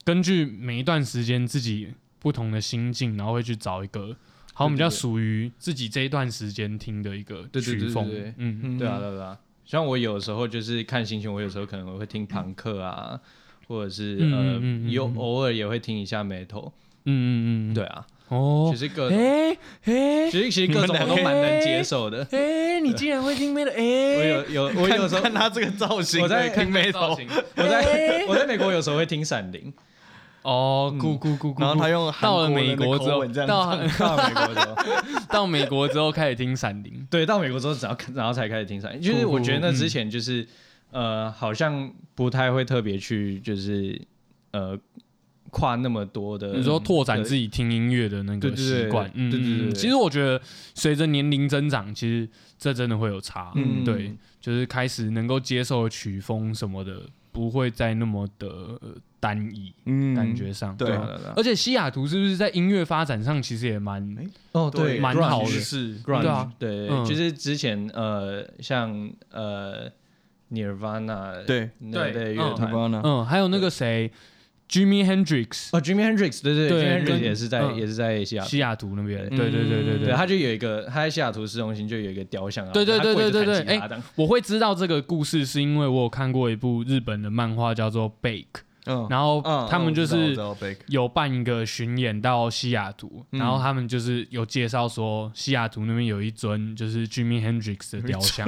Speaker 1: 根据每一段时间自己不同的心境，然后会去找一个好像比较
Speaker 3: 对对对
Speaker 1: 属于自己这一段时间听的一个
Speaker 3: 对对对
Speaker 1: 曲
Speaker 3: 对
Speaker 1: 风
Speaker 3: 对。
Speaker 1: 嗯，
Speaker 2: 嗯
Speaker 3: 对啊，，对啊对啊。像我有时候就是看心情，我有时候可能会听朋克啊，或者是
Speaker 1: 嗯
Speaker 3: 呃
Speaker 1: 嗯嗯嗯，
Speaker 3: 有
Speaker 1: 嗯
Speaker 3: 偶尔也会听一下 metal。
Speaker 1: 嗯嗯嗯，
Speaker 3: 对啊，
Speaker 1: 哦
Speaker 3: 其，实
Speaker 2: 呃
Speaker 3: 各种，
Speaker 1: 哎哎
Speaker 3: 其实其实各种我都蛮能接受 的。
Speaker 1: 哎，你竟然会听 Metal，
Speaker 3: 我
Speaker 1: 哎，
Speaker 3: 有有我有时 候
Speaker 2: 看他这个造型，
Speaker 3: 我在
Speaker 2: 对听 metal，
Speaker 1: 型
Speaker 3: 我在 我在美国有时候会听闪 灵，
Speaker 1: 哦，咕咕咕咕咕，
Speaker 2: 嗯然后他用
Speaker 1: 到了
Speaker 2: 韩
Speaker 1: 美
Speaker 2: 人的
Speaker 1: 国之
Speaker 2: 口
Speaker 1: 后
Speaker 2: 吻这，样
Speaker 1: 到
Speaker 3: 嗯到美国之后，
Speaker 1: 到美国之后开始听《闪 灵
Speaker 3: 对，到美国之后只要看，然后才开始听闪灵。就是我觉得那之前就是呃，好像不太会特别去就是呃跨那么多》，的，
Speaker 1: 你说拓展自己听音乐的那
Speaker 3: 对
Speaker 1: 个
Speaker 3: 对
Speaker 1: 习
Speaker 3: 对
Speaker 1: 惯，嗯
Speaker 3: 对对对
Speaker 1: 嗯嗯
Speaker 3: 对
Speaker 1: 其实我觉得随着年龄增长，其实这真的会有差，
Speaker 2: 嗯
Speaker 1: 对，就是开始能够接受的曲风什么的，不会再那么的呃单一，
Speaker 2: 嗯
Speaker 1: 感觉上，
Speaker 2: 对
Speaker 3: 对
Speaker 1: 啊
Speaker 3: 啊对啊对啊
Speaker 1: 而且西雅图是不是在音乐发展上其实也蛮，
Speaker 2: 哎
Speaker 3: 哦
Speaker 2: 对
Speaker 1: 呃蛮好的
Speaker 2: 是
Speaker 3: grunge，
Speaker 1: 对啊
Speaker 3: 对，
Speaker 1: 嗯
Speaker 3: 就是之前呃，像呃 Nirvana
Speaker 2: 对
Speaker 3: 那
Speaker 1: 对
Speaker 3: 类乐团，哦
Speaker 2: Nirvana，
Speaker 1: 嗯，还有那个谁，Jimmy Hendrix，
Speaker 3: ，Jimi Hendrix，对对
Speaker 1: 对
Speaker 3: ，Jimi
Speaker 1: 跟
Speaker 3: Hendrix 也是在
Speaker 1: 嗯
Speaker 3: 也是在西雅图，
Speaker 1: 西雅图那边，
Speaker 2: 对
Speaker 1: 对对对对
Speaker 3: 对，他就有一个他在西雅图市中心就有一个雕像啊，
Speaker 1: 对对
Speaker 3: 他
Speaker 1: 对
Speaker 3: 跪着
Speaker 1: 对对
Speaker 3: 弹
Speaker 1: 对哎
Speaker 3: 吉他这样
Speaker 1: 我会知道这个故事，是因为我有看过一部日本的漫画，叫做《Bake》，
Speaker 2: 嗯
Speaker 1: 然后他们就是
Speaker 2: 嗯我知道我知道 Beck
Speaker 1: 有办一个巡演到西雅图，然后他们就是有介绍说西雅图那边有一尊就是 Jimi Hendrix 的雕像，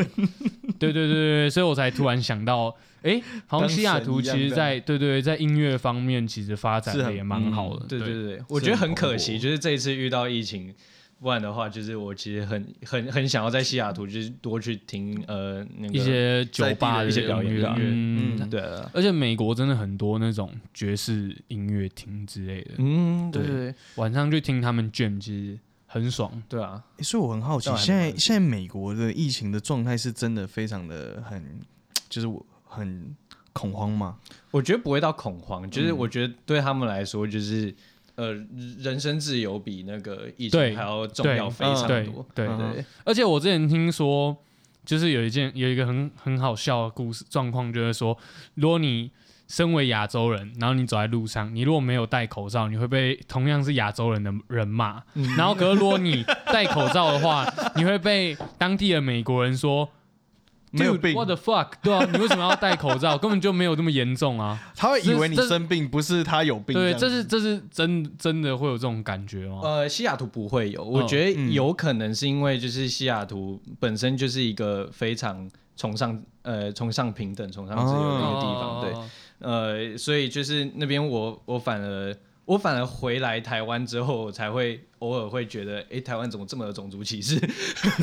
Speaker 1: 对对对对对，所以我才突然想到，哎，好像西雅图其实在对对对在音乐方面其实发展的也蛮好的，
Speaker 3: 对对
Speaker 1: 对
Speaker 3: 对对，我觉得很
Speaker 2: 是
Speaker 3: 可惜，
Speaker 2: 很
Speaker 3: 就是这一次遇到疫情。不然的话，就是我其实很很很想要在西雅图，就是多去听呃那个
Speaker 1: 一些酒吧
Speaker 3: 在地的一些表演
Speaker 1: 音乐
Speaker 3: 啊
Speaker 1: 嗯
Speaker 2: 嗯
Speaker 3: 对啊，
Speaker 1: 而且美国真的很多那种爵士音乐厅之类的，
Speaker 3: 嗯对
Speaker 1: 对
Speaker 3: 对对
Speaker 1: 晚上去听他们 jam 其实很爽。
Speaker 3: 对啊，
Speaker 2: 欸所以我很好奇
Speaker 3: 倒，还
Speaker 2: 现在
Speaker 3: 蛮
Speaker 2: 现在美国的疫情的状态是真的非常的很，就是我很恐慌嘛？
Speaker 3: 我觉得不会到恐慌，就是
Speaker 1: 嗯
Speaker 3: 我觉得对他们来说，就是、呃，人身自由比那个疫情
Speaker 1: 对
Speaker 3: 还要重要非常
Speaker 1: 对
Speaker 3: 多。
Speaker 1: 对，
Speaker 2: 嗯
Speaker 3: 对
Speaker 1: 而且我之前听说，就是有一件有一个很很好笑的故事状况，就是说，如果你身为亚洲人，然后你走在路上，你如果没有戴口罩，你会被同样是亚洲人的人骂。
Speaker 3: 嗯
Speaker 1: 然后，可是如果你戴口罩的话，你会被当地的美国人说。
Speaker 2: 没有
Speaker 1: Dude,，
Speaker 2: 病
Speaker 1: ，What the fuck？对啊，你为什么要戴口罩？根本就没有这么严重啊！
Speaker 2: 他会以为你
Speaker 1: 这
Speaker 2: 生病，不是他有病。
Speaker 1: 对，
Speaker 2: 这
Speaker 1: 这
Speaker 2: 样
Speaker 1: 是这是真真的会有这种感觉吗？
Speaker 3: 呃，西雅图不会有，我觉得有可能是因为就是西雅图本身就是一个非常崇尚呃崇尚平等、崇尚自由的一个地
Speaker 1: 哦
Speaker 3: 方，对，呃，所以就是那边我我反而我反而回来台湾之后，我才会偶尔会觉得，哎、台湾怎么这么有种族歧视，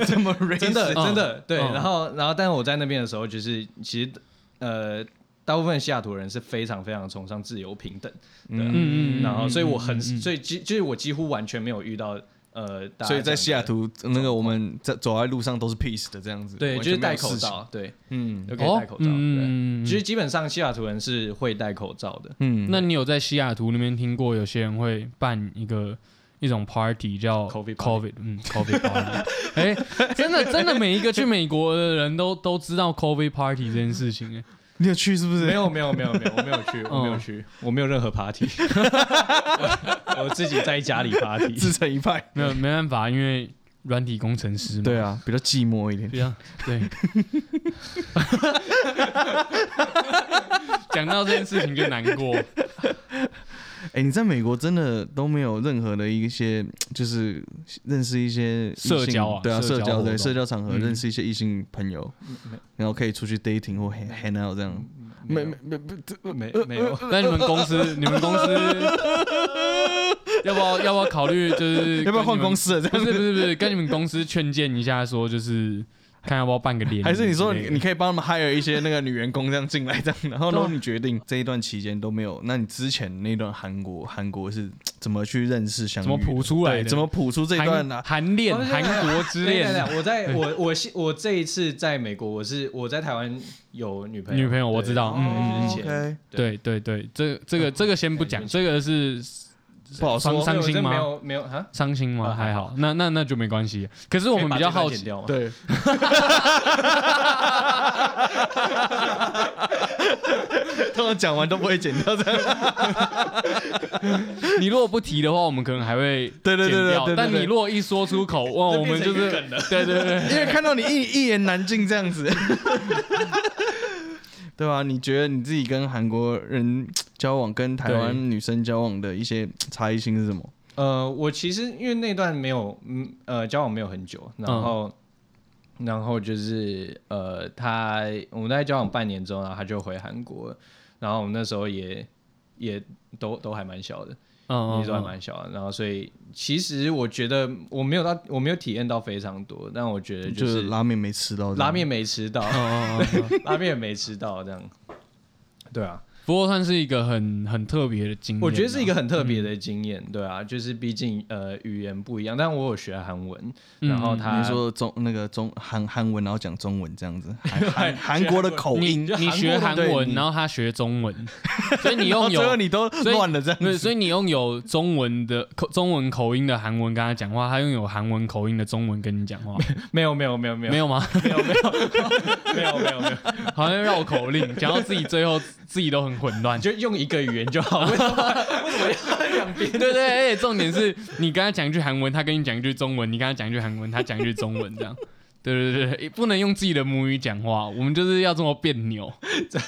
Speaker 3: 这么 真的
Speaker 1: 嗯
Speaker 3: 真的、对。
Speaker 1: 嗯
Speaker 3: 然后然后，但是我在那边的时候，就是其实呃，大部分西雅图人是非常非常崇尚自由平等，
Speaker 1: 嗯嗯嗯
Speaker 3: 然后所以我
Speaker 1: 嗯
Speaker 3: 很，
Speaker 1: 嗯
Speaker 3: 所以几就是我几乎完全没有遇到呃，大家
Speaker 2: 所以在
Speaker 3: 这样
Speaker 2: 西雅图那个我们在走在路上都是 peace 的这样子，
Speaker 3: 对，
Speaker 2: 完
Speaker 3: 就
Speaker 2: 全
Speaker 3: 是
Speaker 2: 没有
Speaker 3: 戴口
Speaker 2: 事情，
Speaker 3: 罩，对，
Speaker 2: 嗯
Speaker 3: 就可以
Speaker 1: 哦
Speaker 3: 戴口罩，对。
Speaker 1: 嗯嗯嗯
Speaker 3: 其
Speaker 1: 嗯
Speaker 3: 实基本上西雅图人是会戴口罩的，
Speaker 2: 嗯，
Speaker 1: 那你有在西雅图那边听过有些人会办一个一种 party 叫
Speaker 3: Covid
Speaker 1: COVID 嗯 COVID party？哎、真的真的每一个去美国的人都都知道 COVID party 这件事情、哎，
Speaker 2: 你有去是不是？
Speaker 3: 没有没有没有没有，我没有去，我
Speaker 1: 嗯
Speaker 3: 没有去，我没有任何 party，我我自己在家里 party，
Speaker 2: 自成 一派。
Speaker 1: 没有没办法，因为软体工程师嘛。
Speaker 2: 对啊，比较寂寞一点。
Speaker 1: 对啊，对。讲到这件事情就难过，
Speaker 2: 哎、你在美国真的都没有任何的一些，就是认识一些异性
Speaker 1: 社交啊
Speaker 2: 对啊，
Speaker 1: 社交
Speaker 2: 社交对
Speaker 1: 活动
Speaker 2: 社交场合
Speaker 1: 嗯
Speaker 2: 认识一些异性朋友，
Speaker 3: 没
Speaker 2: 然后可以出去 dating 或 hang hang out
Speaker 1: 嗯
Speaker 2: 这样。
Speaker 3: 没有
Speaker 2: 没不这
Speaker 3: 没没有，
Speaker 1: 那你们公司，你们公司要不要要不要考虑，就是
Speaker 2: 要不要换公
Speaker 1: 司？
Speaker 2: 司了 这
Speaker 1: 不
Speaker 2: 样
Speaker 1: 是
Speaker 2: 子？
Speaker 1: 不是不是，跟你们公司劝谏一下，说就是看要不要办个联谊之类的，
Speaker 2: 还是你说你你可以帮他们 hire 一些那个女员工这样进来这样，然后
Speaker 1: 对啊
Speaker 2: 呢你决定这一段期间都没有，那你之前那段韩国韩国是怎么去认识相遇
Speaker 1: 怎
Speaker 2: 的？
Speaker 1: 么谱出来
Speaker 2: 对
Speaker 1: 的？
Speaker 2: 怎么谱出这一段啊呢、
Speaker 1: 韩韩恋、
Speaker 3: 哦对
Speaker 1: 韩国之
Speaker 3: 对对
Speaker 1: 恋？
Speaker 3: 对我在我我现我这一次在美国，我是我在台湾有女朋友，
Speaker 1: 女朋友我知道
Speaker 3: 对
Speaker 1: 嗯嗯嗯
Speaker 3: 就是前
Speaker 1: 对对对，这这个这个先不讲，这个是
Speaker 2: 不好
Speaker 1: 伤
Speaker 2: 说。
Speaker 1: 伤心
Speaker 3: 没
Speaker 1: 吗？
Speaker 3: 有没有哈，
Speaker 1: 伤心吗？
Speaker 3: 啊
Speaker 1: 还哦好，那那那就没关系。可是我们比较好奇，
Speaker 3: 对，
Speaker 2: 对，通常讲完都不会剪 掉这样。
Speaker 1: 你如果不提的话，我们可能还会
Speaker 2: 对对对
Speaker 1: 剪
Speaker 2: 对
Speaker 1: 掉
Speaker 2: 对对
Speaker 1: 但
Speaker 2: 对
Speaker 1: 你如果一说出口， 哇，我们就是对对对，
Speaker 2: 因为看到你一一言难尽这样子， 对吧、你觉得你自己跟韩国人交往，跟台
Speaker 1: 对
Speaker 2: 湾女生交往的一些差异性是什么？
Speaker 3: 呃，我其实因为那段没有，嗯，呃，交往没有很久，然
Speaker 1: 嗯
Speaker 3: 后，然后就是呃，他我们大概交往半年之后，然后他就回韩国了，然后我们那时候也也都都还蛮小的，
Speaker 1: 嗯
Speaker 3: 那时候还
Speaker 1: 嗯
Speaker 3: 蛮小的，然后所以其实我觉得我没有到，我没有体验到非常多，但我觉得
Speaker 2: 就
Speaker 3: 就是是
Speaker 2: 拉面没吃到这样，
Speaker 3: 拉面没吃到，
Speaker 1: 嗯嗯。
Speaker 3: 拉面也没吃到这样，对啊，
Speaker 1: 不过算是一个很很特别的经验啊，
Speaker 3: 我觉得是一个很特别的经验，对啊，就是毕竟呃语言不一样，但我有学韩文，
Speaker 1: 嗯，
Speaker 3: 然后
Speaker 1: 嗯
Speaker 3: 他
Speaker 2: 你说中那个中韩韩文，然后讲中文这样子，韩韩韩国的口
Speaker 1: 你
Speaker 2: 音，
Speaker 1: 你学韩文，然后他学中 文，所以你用
Speaker 2: 哦然后最后
Speaker 1: 有
Speaker 2: 你都
Speaker 1: 所以
Speaker 2: 乱了这样
Speaker 1: 对，
Speaker 2: 子。
Speaker 1: 所以你用有中文的口中文口音的韩文跟他讲话，他用有韩文口音的中文跟你讲话，
Speaker 3: 没有没有没有没有
Speaker 1: 没有吗？
Speaker 3: 没有没有没有没有没有，
Speaker 1: 好像绕口令，讲到自己最后自己都很混乱
Speaker 3: 你。就用一个语言就好，为什么为什么要两边？
Speaker 1: 对对对，而且重点是你跟他讲一句韩文，他跟你讲一句中文，你跟他讲一句韩文，他讲一句中文，这样。对对对对，哎不能用自己的母语讲话，我们就是要这么别扭。
Speaker 2: 嗯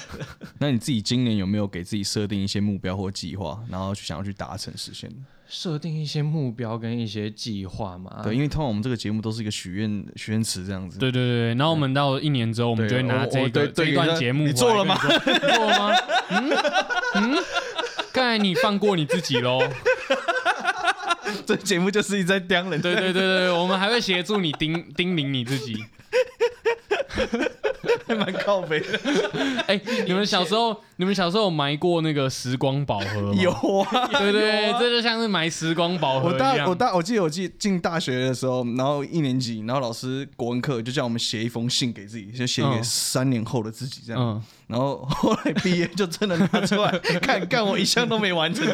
Speaker 2: 那你自己今年有没有给自己设定一些目标或计划，然后去想要去达成实现？
Speaker 3: 设定一些目标跟一些计划嘛，
Speaker 2: 对，因为通常我们这个节目都是一个许愿许愿池这样子。
Speaker 1: 对对对，然后我们到一年之后，我们就会拿
Speaker 2: 对我
Speaker 1: 这
Speaker 2: 我
Speaker 1: 个
Speaker 2: 对
Speaker 1: 这
Speaker 2: 对
Speaker 1: 一段
Speaker 2: 你
Speaker 1: 节目
Speaker 2: 你做了吗
Speaker 1: 回来跟你说？你做了吗？ 嗯嗯，刚才你放过你自己喽。
Speaker 2: 这节目就是一直在刁人。
Speaker 1: 对对对对，我们还会协助你叮叮咛你自己。
Speaker 2: 还蛮靠 北的。
Speaker 1: 哎，你们小时候，你们小时候有埋过那个时光宝盒吗？
Speaker 2: 有，啊，
Speaker 1: 对对对，这就像是埋时光宝盒
Speaker 2: 我
Speaker 1: 一
Speaker 2: 大我
Speaker 1: 样。
Speaker 2: 大我记得我记进大学的时候，然后一年级，然后老师国文课就叫我们写一封信给自己，就写给
Speaker 1: 嗯
Speaker 2: 三年后的自己这样。
Speaker 1: 嗯，
Speaker 2: 然后后来毕业就真的拿出 来看，干我一项都没完成，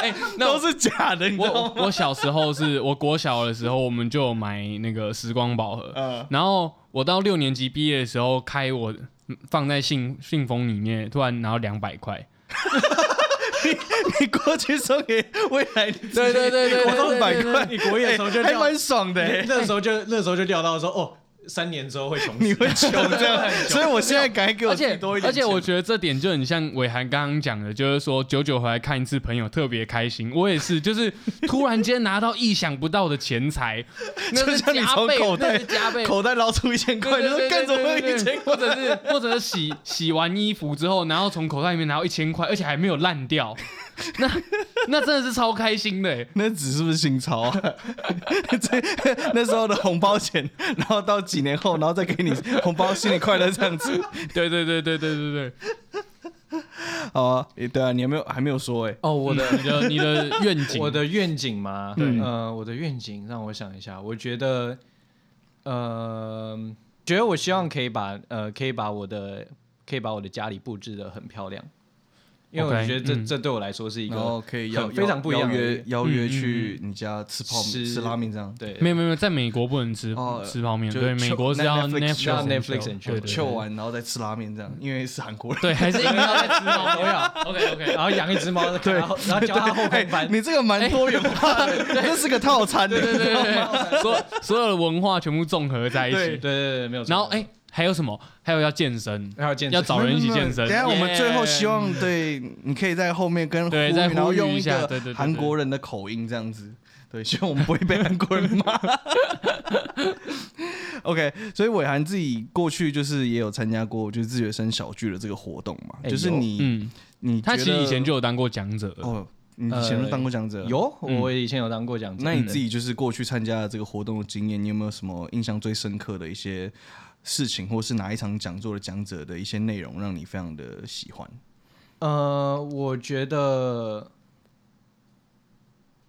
Speaker 1: 哎，那
Speaker 2: 都
Speaker 1: 我
Speaker 2: 是假的，你知道
Speaker 1: 我
Speaker 2: 吗？
Speaker 1: 我小时候是我国小的时候，我们就有买那个时光宝盒，
Speaker 2: 嗯
Speaker 1: 然后我到六年级毕业的时候，开我放在信信封里面，突然拿到两百块。
Speaker 2: 你过去送给未来自己，
Speaker 1: 对对对对对
Speaker 2: 我都百
Speaker 1: 对对
Speaker 2: 块，
Speaker 3: 你国一的时候就
Speaker 2: 哎还
Speaker 3: 掉
Speaker 2: 蛮爽的、哎
Speaker 3: 那时候就那时候就料到说哦，三年之后会穷死，
Speaker 2: 你会穷 这样，所以我现在赶紧给我
Speaker 1: 而
Speaker 2: 自己
Speaker 1: 且
Speaker 2: 多一点
Speaker 1: 而且我
Speaker 2: 钱
Speaker 1: 觉得这点就很像伟涵刚刚讲的，就是说久久回来看一次朋友特别开心。我也是，就是突然间拿到意想不到的钱 财，那是
Speaker 2: 就像你
Speaker 1: 加
Speaker 2: 从
Speaker 1: 倍，
Speaker 2: 口袋
Speaker 1: 那是加倍。
Speaker 2: 口袋捞出一千块，
Speaker 1: 对
Speaker 2: 就
Speaker 1: 对
Speaker 2: 说
Speaker 1: 对
Speaker 2: 干怎么会
Speaker 1: 对
Speaker 2: 有一
Speaker 1: 对
Speaker 2: 千
Speaker 1: 对
Speaker 2: 块？
Speaker 1: 或者是或者是洗洗完衣服之后，然后从口袋里面拿到一千块，而且还没有烂掉，那 真的是超开心的欸，
Speaker 2: 那纸是不是新钞啊？ 这那时候的红包钱，然后到几年后，然后再给你红包，新年快乐这样子。
Speaker 1: 对对对对对对对。
Speaker 2: 好啊，诶对啊，你还没有还没有说哎、
Speaker 1: 哦，我的 你的你的愿景，
Speaker 3: 我的愿景吗？
Speaker 1: 对
Speaker 3: 呃，我的愿景让我想一下，我觉得，呃，觉得我希望可以把呃，可以把我的可以把我的家里布置的很漂亮，因为
Speaker 1: OK，
Speaker 3: 我觉得这、
Speaker 1: 嗯
Speaker 3: 这对我来说是一
Speaker 2: 然后
Speaker 3: 个
Speaker 2: 可以邀
Speaker 3: 很非常不一样
Speaker 2: 邀
Speaker 3: 的
Speaker 2: 约邀
Speaker 1: 嗯
Speaker 2: 约
Speaker 1: 嗯
Speaker 2: 去你家吃泡面、
Speaker 3: 吃
Speaker 2: 吃拉面这样。
Speaker 3: 对
Speaker 1: 没有没有，没有在美国不能吃
Speaker 2: 哦
Speaker 1: 吃泡面，
Speaker 2: 就
Speaker 1: 对，美国是要
Speaker 2: Netflix-
Speaker 1: Netflix
Speaker 3: 要
Speaker 1: and
Speaker 3: Netflix and
Speaker 1: chill，对对
Speaker 2: chill
Speaker 1: 对，
Speaker 2: 完，然后再吃拉面这样，因为是韩国人。
Speaker 1: 对，还是一定要在吃 泡面
Speaker 3: 都要
Speaker 1: OK OK，
Speaker 3: 然后养一 只猫，然后然后教它后
Speaker 1: 哎
Speaker 3: 空翻，
Speaker 2: 哎你这个蛮多元化的，这是个套餐。
Speaker 1: 对对对对对，所所有的文化全部综合在一
Speaker 3: 对对
Speaker 1: 起。
Speaker 3: 对对，没有错。
Speaker 1: 然后
Speaker 3: 没有
Speaker 1: 哎，还有什么？还有要健身，
Speaker 3: 错，还有健
Speaker 1: 要
Speaker 3: 身，
Speaker 2: 啊
Speaker 1: 找人一起健身
Speaker 2: 等一下我们
Speaker 1: Yeah
Speaker 2: 最后希望对，你可以在后面跟
Speaker 1: 对
Speaker 2: 呼吁
Speaker 1: 再呼吁
Speaker 2: 然后用
Speaker 1: 一
Speaker 2: 一
Speaker 1: 下对对对
Speaker 2: 个
Speaker 1: 对
Speaker 2: 韩国人的口音这样子。对， 希望我们不会被韩国人骂。OK，所以伟涵自己过去就是也有参加过就是自学生小聚的这个活动嘛，
Speaker 3: 哎
Speaker 2: 就是
Speaker 3: 有
Speaker 2: 你
Speaker 1: 嗯，
Speaker 2: 你
Speaker 1: 他其
Speaker 2: 觉
Speaker 1: 实
Speaker 2: 得
Speaker 1: 以前就有当过讲者，
Speaker 2: 哦，你以前就当过讲者，
Speaker 3: 有，
Speaker 1: 嗯
Speaker 3: 我以前有当过讲者，
Speaker 2: 啊那你自己就是过去参加的这个活动的经验，你有没有什么印象最深刻的一些事情，或是哪一场讲座的讲者的一些内容让你非常的喜欢？
Speaker 3: 呃，我觉得，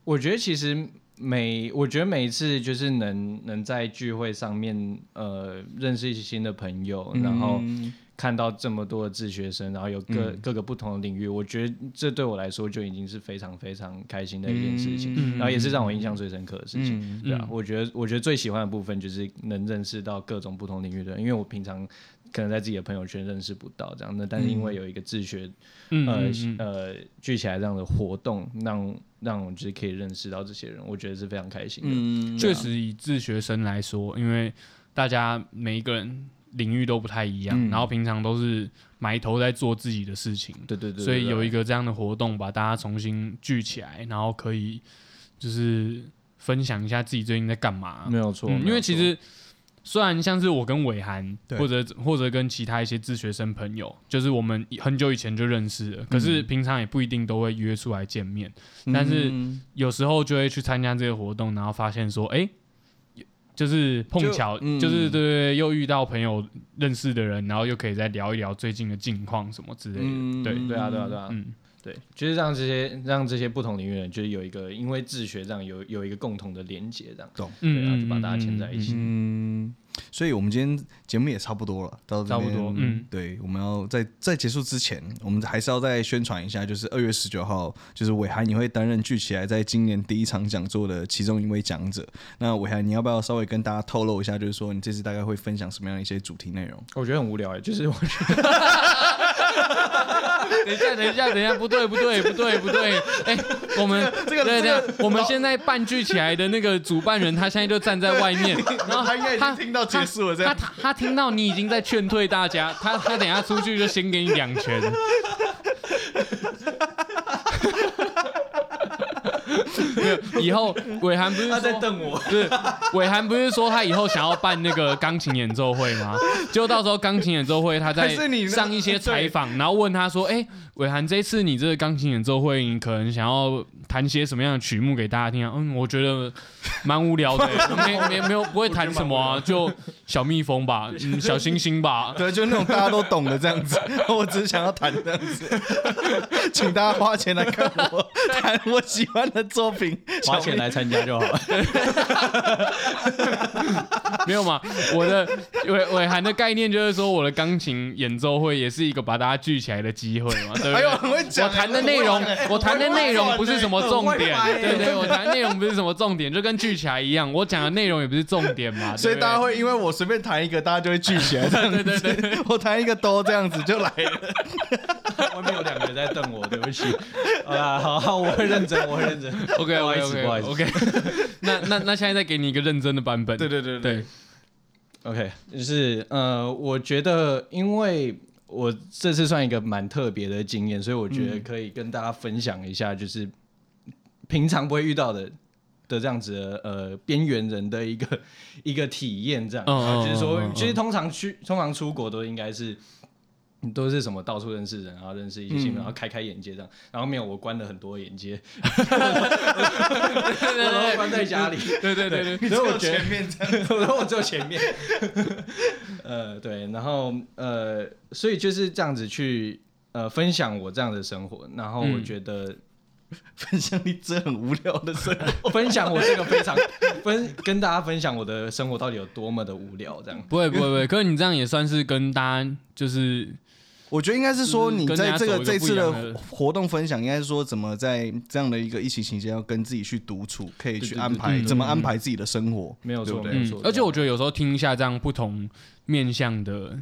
Speaker 3: 我觉得其实每，我觉得每一次就是能能在聚会上面，呃，认识一些新的朋友，然后
Speaker 2: 嗯
Speaker 3: 看到这么多的自学生，然后有各、
Speaker 1: 嗯
Speaker 3: 各个不同的领域，我觉得这对我来说就已经是非常非常开心的一件事情，
Speaker 1: 嗯
Speaker 3: 然后也是让我印象最深刻的事情。
Speaker 2: 嗯
Speaker 3: 对啊
Speaker 1: 嗯，
Speaker 3: 我觉得我觉得最喜欢的部分就是能认识到各种不同领域的人，因为我平常可能在自己的朋友圈认识不到这样的，但是因为有一个自学、
Speaker 1: 嗯
Speaker 3: 呃
Speaker 1: 嗯嗯
Speaker 3: 呃聚起来这样的活动，让让我就是可以认识到这些人，我觉得是非常开心的。
Speaker 2: 嗯，
Speaker 1: 确实以自学生来说，因为大家每一个人领域都不太一样，
Speaker 2: 嗯
Speaker 1: 然后平常都是埋头在做自己的事情，
Speaker 3: 对对对
Speaker 1: 所以有一
Speaker 3: 个
Speaker 1: 个这样的活动，把大家重新聚起来，然后可以就是分享一下自己最近在干嘛。
Speaker 3: 没有错、
Speaker 1: 嗯，
Speaker 3: 没有
Speaker 1: 因为其
Speaker 3: 错
Speaker 1: 实虽然像是我跟伟涵，
Speaker 2: 对
Speaker 1: 或者或者跟其他一些自学生朋友，就是我们很久以前就认识了，可是平常也不一定都会约出来见面。但是
Speaker 2: 嗯
Speaker 1: 有时候就会去参加这个活动，然后发现说，哎、就是碰巧，就
Speaker 2: 就嗯
Speaker 1: 是对对对，又遇到朋友认识的人，然后又可以再聊一聊最近的近况什么之类的。
Speaker 2: 嗯
Speaker 1: 对
Speaker 3: 对啊对啊对啊，
Speaker 1: 嗯，
Speaker 3: 对，就是让这些让这些不同领域的人，就是有一个因为自学这样有有一个共同的连接这样。
Speaker 1: 嗯，
Speaker 3: 对啊
Speaker 1: 嗯
Speaker 3: 就把大家牵在一起。
Speaker 2: 嗯，所以我们今天节目也差不多了，到这
Speaker 1: 差不
Speaker 2: 边
Speaker 1: 多嗯
Speaker 2: 对，我们要在在结束之前，我们还是要再宣传一下，就是二月十九号，就是伟涵你会担任聚起来在今年第一场讲座的其中一位讲者。那伟涵，你要不要稍微跟大家透露一下，就是说你这次大概会分享什么样的一些主题内容？
Speaker 3: 我觉得很无聊哎、就是我
Speaker 1: 等一下，等一下，等一下，不对，不对，不对，不对。哎、我们这个，对对，我们现在办聚起来的那个主办人，他现在就站在外 面， 然后
Speaker 2: 他应该已
Speaker 1: 他
Speaker 2: 经听到结束了这样
Speaker 1: 他他他听到你已经在劝退大家，他他等一下出去就先给你两拳。 没有，以后伟涵不是
Speaker 3: 他在
Speaker 1: 说
Speaker 3: 瞪我，
Speaker 1: 不是，伟涵不是说他以后想要办那个钢琴演奏会吗？就到时候钢琴演奏会，他在
Speaker 2: 还是你那
Speaker 1: 上一些采访，然后问他说：“哎、伟涵，这次你这个钢琴演奏会，你可能想要弹些什么样的曲目给大家听、啊？”嗯，我觉得蛮无聊的、 没没没有不会弹什么啊，就小蜜蜂 吧，嗯，小星星吧。
Speaker 2: 对，就那种大家都懂的这样子。 我只是想要谈这样子， 请大家花钱来看我 谈我喜欢的作品，
Speaker 3: 花钱来参加就好 了。
Speaker 1: 没有嘛？我的伟伟涵的概念就是说，我的钢琴演奏会也是一个把大家聚起来的机会嘛，对不
Speaker 2: 哎呦，
Speaker 1: 对？
Speaker 2: 很会
Speaker 1: 我
Speaker 2: 讲欸。
Speaker 1: 谈的内容，我谈的内容不是什么重点，
Speaker 2: 很会玩欸
Speaker 1: 对对，我谈的内容不是什么重点，就跟聚起来一样，我讲的内容也不是重点嘛，
Speaker 2: 所以
Speaker 1: 对不对
Speaker 2: 大家会因为我随便谈一个，大家就会聚起来这样子。
Speaker 1: 对对
Speaker 2: 我谈一个都这样子就来了。
Speaker 3: 外面有两个人在瞪我，对不起。好啦，好好，我会认真，我 会认真。
Speaker 1: OK
Speaker 3: 不好意
Speaker 1: OK
Speaker 3: 思不好
Speaker 1: OK
Speaker 3: 意思
Speaker 1: OK，那那那现在再给你一个认真的版本，
Speaker 2: 对对
Speaker 1: 对，
Speaker 3: OK，就是呃，我觉得因为我这次算一个蛮特别的经验，所以我觉
Speaker 1: 嗯
Speaker 3: 得可以跟大家分享一下，就是平常不会遇到的的这样子的呃边缘人的一个 一个体验，这样。
Speaker 1: 嗯嗯
Speaker 3: 啊就是
Speaker 1: 嗯
Speaker 3: 说
Speaker 1: 嗯，
Speaker 3: 其实通常去通常出国都应该是。都是什么到处认识人，然后认识一些新
Speaker 1: 嗯
Speaker 3: 朋友，然后开开眼界这样。然后没有，我关了很多眼界，我都关在家里。
Speaker 1: 对对对 对，
Speaker 3: 所以我觉得
Speaker 2: 面这样，
Speaker 3: 我 说我只有前面，呃，对，然后呃，所以就是这样子去呃分享我这样的生活，然后我
Speaker 1: 嗯
Speaker 3: 觉得
Speaker 2: 分享你这很无聊的生活。
Speaker 3: 分享我这个非常 分跟大家分享我的生活到底有多么的无聊，这样
Speaker 1: 不会不会不会，可是你这样也算是跟大家就是
Speaker 2: 我觉得应该是说，你在这个
Speaker 1: 就是跟人家走一个
Speaker 2: 这次
Speaker 1: 不一样
Speaker 2: 的
Speaker 1: 的
Speaker 2: 活动分享，应该是说怎么在这样的一个疫情期间，要跟自己去独处，可以
Speaker 3: 对
Speaker 2: 去
Speaker 3: 对
Speaker 2: 安
Speaker 3: 对
Speaker 2: 排
Speaker 1: 对
Speaker 2: 怎么安排自己的生活。
Speaker 3: 没有
Speaker 2: 对
Speaker 3: 错，
Speaker 2: 不对
Speaker 3: 没有错
Speaker 1: 嗯。。而且我觉
Speaker 3: 得
Speaker 1: 得有时候听一下这样不同面向的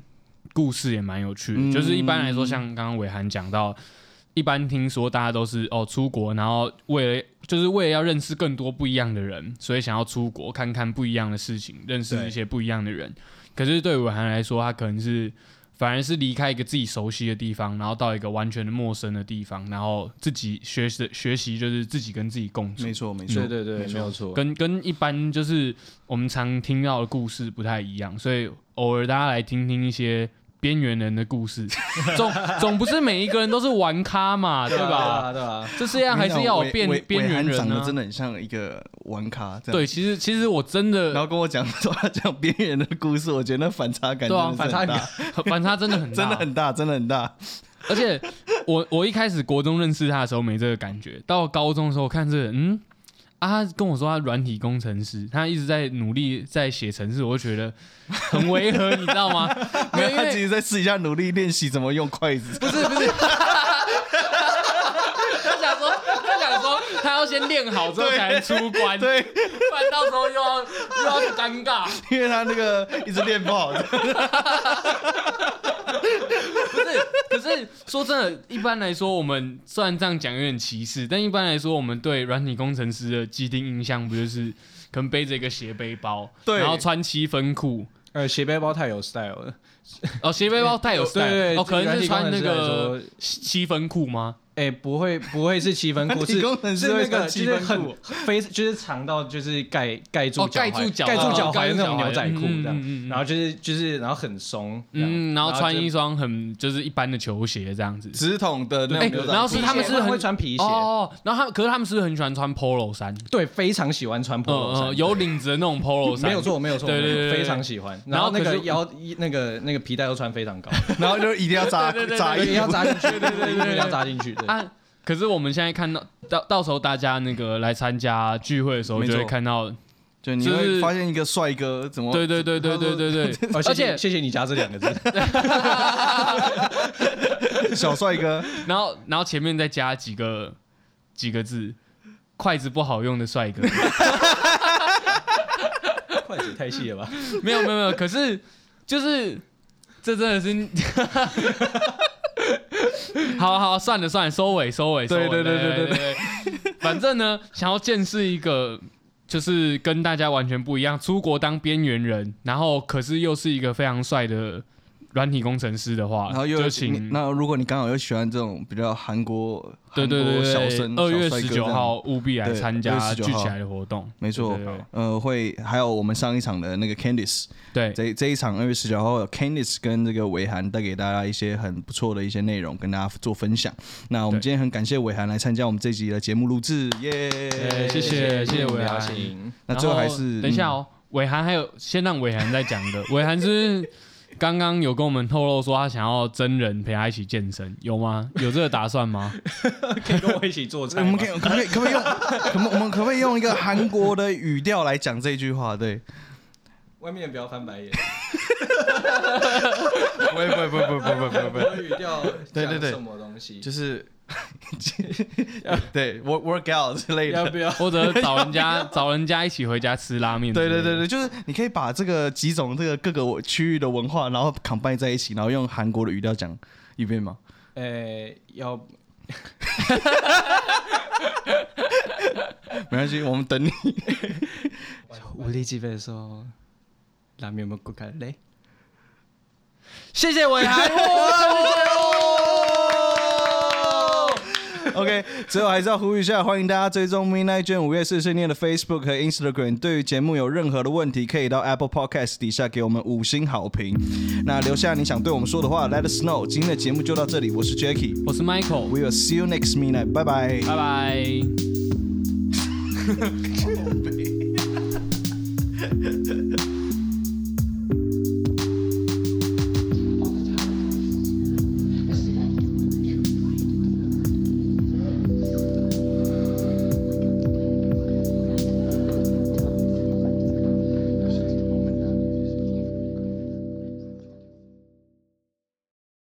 Speaker 1: 故事也蛮有趣的。
Speaker 2: 嗯
Speaker 1: 就是一般来说，像刚刚伟涵讲到，一般听说大家都是哦出国，然后为了就是为了要认识更多不一样的人，所以想要出国看看不一样的事情，认识
Speaker 3: 对
Speaker 1: 一些不一样的人。可是对伟涵来说，他可能是。反而是离开一个自己熟悉的地方，然后到一个完全的陌生的地方，然后自己学习学习就是自己跟自己共处
Speaker 2: 没。错，没错
Speaker 3: 对。对对，啊
Speaker 2: 没错
Speaker 3: 没有错。
Speaker 1: 跟跟一般就是我们常听到的故事不太一样，所以偶尔大家来听听一些边缘人的故 事，总总不是每一个人都是玩咖嘛，对
Speaker 3: 对
Speaker 1: 吧？
Speaker 3: 啊？对啊，
Speaker 1: 这世界上还是要有边
Speaker 2: 伟
Speaker 1: 边缘
Speaker 2: 伟伟
Speaker 1: 人
Speaker 2: 涵长
Speaker 1: 呢
Speaker 2: 得、真的很像一个玩咖，这样。
Speaker 1: 对，其实其实我真
Speaker 2: 然
Speaker 1: 的
Speaker 2: 后跟我讲说他讲边缘人的故事，我觉得那反差感
Speaker 1: 对啊
Speaker 2: 真的是很
Speaker 3: 反差
Speaker 2: 大，
Speaker 1: 反差真的很大，
Speaker 2: 真的很大，真的很大。
Speaker 1: 而且我我一开始国中认识他的时候没这个感觉，到高中的时候我看这个嗯啊，他跟我说他软体工程师，他一直在努力在写程式，我就觉得很违和， 你知道吗？没有，因
Speaker 2: 他
Speaker 1: 为
Speaker 2: 其实在试一下努力练习怎么用筷子。
Speaker 1: 不是不是，他想说他想说他要先练好之后才能出关，
Speaker 2: 对，
Speaker 1: 不然到时候又要又要尴尬。
Speaker 2: 因为他那个一直练不 好。
Speaker 1: 不是，可是说真的，一般来说，我们虽然这样讲有点歧视，但一般来说，我们对软体工程师的既定印象不就是可能背着一个斜背包，
Speaker 2: 对
Speaker 1: 然后穿七分裤，
Speaker 3: 呃，斜背包太有 style 了。
Speaker 1: 哦，斜背包太有 style，
Speaker 3: 对对
Speaker 1: 哦，可能是穿那个
Speaker 3: 软体工程师来说
Speaker 1: 七七分裤吗？
Speaker 3: 哎，不会不会是七分裤，
Speaker 2: 提
Speaker 3: 是
Speaker 2: 供人
Speaker 3: 是
Speaker 2: 是
Speaker 3: 那
Speaker 2: 会
Speaker 3: 个
Speaker 2: 穿
Speaker 3: 就
Speaker 2: 七
Speaker 3: 是
Speaker 2: 分
Speaker 3: 很
Speaker 2: 裤，
Speaker 3: 非就是长到就是盖盖住
Speaker 1: 哦，盖
Speaker 3: 踝
Speaker 1: 住脚，
Speaker 3: 盖住脚踝
Speaker 1: 哦
Speaker 3: 的那种牛仔裤
Speaker 1: 嗯
Speaker 3: 这样，
Speaker 1: 嗯嗯嗯
Speaker 3: 然后就是就是然后很松，这样
Speaker 1: 嗯，然后穿
Speaker 3: 就
Speaker 1: 一双很就是一般的球鞋这样子。
Speaker 2: 直筒的那
Speaker 1: 哎
Speaker 2: 种牛仔裤。
Speaker 1: 然后是他们是
Speaker 3: 会
Speaker 1: 很
Speaker 3: 会穿皮鞋，
Speaker 1: 哦，然后他们可是他们是不是很喜欢穿 polo 衫，
Speaker 3: 对，非常喜欢穿 polo
Speaker 1: 呃
Speaker 3: 衫
Speaker 1: 呃，，有领子的那种 polo 衫，
Speaker 3: 没有错，没有错，
Speaker 1: 对对对对
Speaker 3: 非常喜欢。
Speaker 1: 然
Speaker 3: 然
Speaker 1: 后
Speaker 3: 后那
Speaker 1: 可
Speaker 3: 个
Speaker 1: 是
Speaker 3: 腰那个那个皮带都穿非常高，
Speaker 2: 然后就一定要 扎
Speaker 1: 对对对
Speaker 2: 扎
Speaker 1: 对
Speaker 2: 衣
Speaker 3: 对，要
Speaker 2: 服。
Speaker 3: 扎进去，对对
Speaker 1: 哎对对
Speaker 3: 要扎进去。对，
Speaker 1: 啊。可是我们现在看到到到时候大家那个来参加聚会的时候，
Speaker 2: 没
Speaker 1: 就
Speaker 2: 错
Speaker 1: 会看到，
Speaker 2: 就你
Speaker 1: 就
Speaker 2: 会
Speaker 1: 是
Speaker 2: 发现一个帅哥怎么
Speaker 1: 对对对对对对对，
Speaker 3: 哦
Speaker 1: 而
Speaker 3: 谢谢
Speaker 1: 且
Speaker 3: 谢谢你加这两 个字，
Speaker 2: 小帅哥，
Speaker 1: 然后然后前面再加几个几个字，筷子不好用的帅哥，
Speaker 3: 筷子太细了吧？
Speaker 1: 没有没有没有，可是就是这真的是，好好算了算了，收尾收尾，收尾
Speaker 2: 对对对
Speaker 1: 对
Speaker 2: 对对
Speaker 1: 对，反正呢，想要见识一个。就是跟大家完全不一样，出国当边缘人，然后可是又是一个非常帅的软体工程师的话，
Speaker 2: 然后又
Speaker 1: 就
Speaker 2: 你
Speaker 1: 请
Speaker 2: 那如果你刚好又喜欢这种比较韩国
Speaker 1: 对对
Speaker 2: 韩
Speaker 1: 对
Speaker 2: 国小
Speaker 1: 对
Speaker 2: 生
Speaker 1: 对，二月
Speaker 2: 小帅
Speaker 1: 十
Speaker 2: 哥这
Speaker 1: 九
Speaker 2: 样
Speaker 1: 号务必来
Speaker 2: 对
Speaker 1: 参
Speaker 2: 2
Speaker 1: 加
Speaker 2: 月19
Speaker 1: 聚起
Speaker 2: 号
Speaker 1: 来的活动，
Speaker 2: 没错
Speaker 1: 对对对，
Speaker 2: 呃，会还有我们上一场的那个 Candice，
Speaker 1: 对，
Speaker 2: 这这一场二月十九号有 Candice 跟这个伟涵带给大家一些很不错的一些内容，跟大家做分享。那我们
Speaker 1: 对
Speaker 2: 今天很感谢伟涵来参加我们这集的节目录制，耶、
Speaker 1: 哎谢谢谢谢伟安
Speaker 3: 行，
Speaker 2: 那
Speaker 1: 然
Speaker 2: 最后还
Speaker 1: 后
Speaker 2: 是嗯
Speaker 1: 等一下哦，伟涵还有先让伟涵再讲一个，伟涵是不是刚刚有跟我们透露说他想要真人陪他一起健身，有吗？有这个打算吗？
Speaker 3: 可以跟我一起做
Speaker 2: 嗯
Speaker 3: 菜
Speaker 2: 我
Speaker 3: 吗。
Speaker 2: 们可以可不可以可不可以用可不我们可不可以用一个韩国的语调来讲这句话？对，
Speaker 3: 外面不要 翻白眼，
Speaker 2: 不会不会不会不会不会不
Speaker 3: 我
Speaker 2: 会，
Speaker 3: 语调
Speaker 2: 对对
Speaker 3: 讲
Speaker 2: 对
Speaker 3: 什么东西
Speaker 2: 就？是 对 work work out 之类的
Speaker 3: 要。不要？
Speaker 1: 或 者找人家找人家一起回家吃拉面？
Speaker 2: 对对对，对，就是你可以把这个几种这个各个区域的文化，然后 combine 在一起，然后用韩国的语调讲一遍嘛。
Speaker 1: 哎
Speaker 3: 诶，要
Speaker 2: 没关系，我们等你。
Speaker 3: 无力击飞的时候，拉面有没有过开嘞？
Speaker 1: 谢谢伟涵。哇谢谢哦
Speaker 2: OK，最后还是要呼吁一下，欢迎大家追踪 Midnight 卷五月四十念的 Facebook 和 Instagram。对于节目有任何的问题，可以到 Apple Podcast 底下给我们五星好评。那留下你想对我们说的话，Let us know。今天的节目就到这里，我是 Jackie，We
Speaker 1: 我是 Michael，
Speaker 2: will see you next midnight，拜拜。
Speaker 1: 拜拜。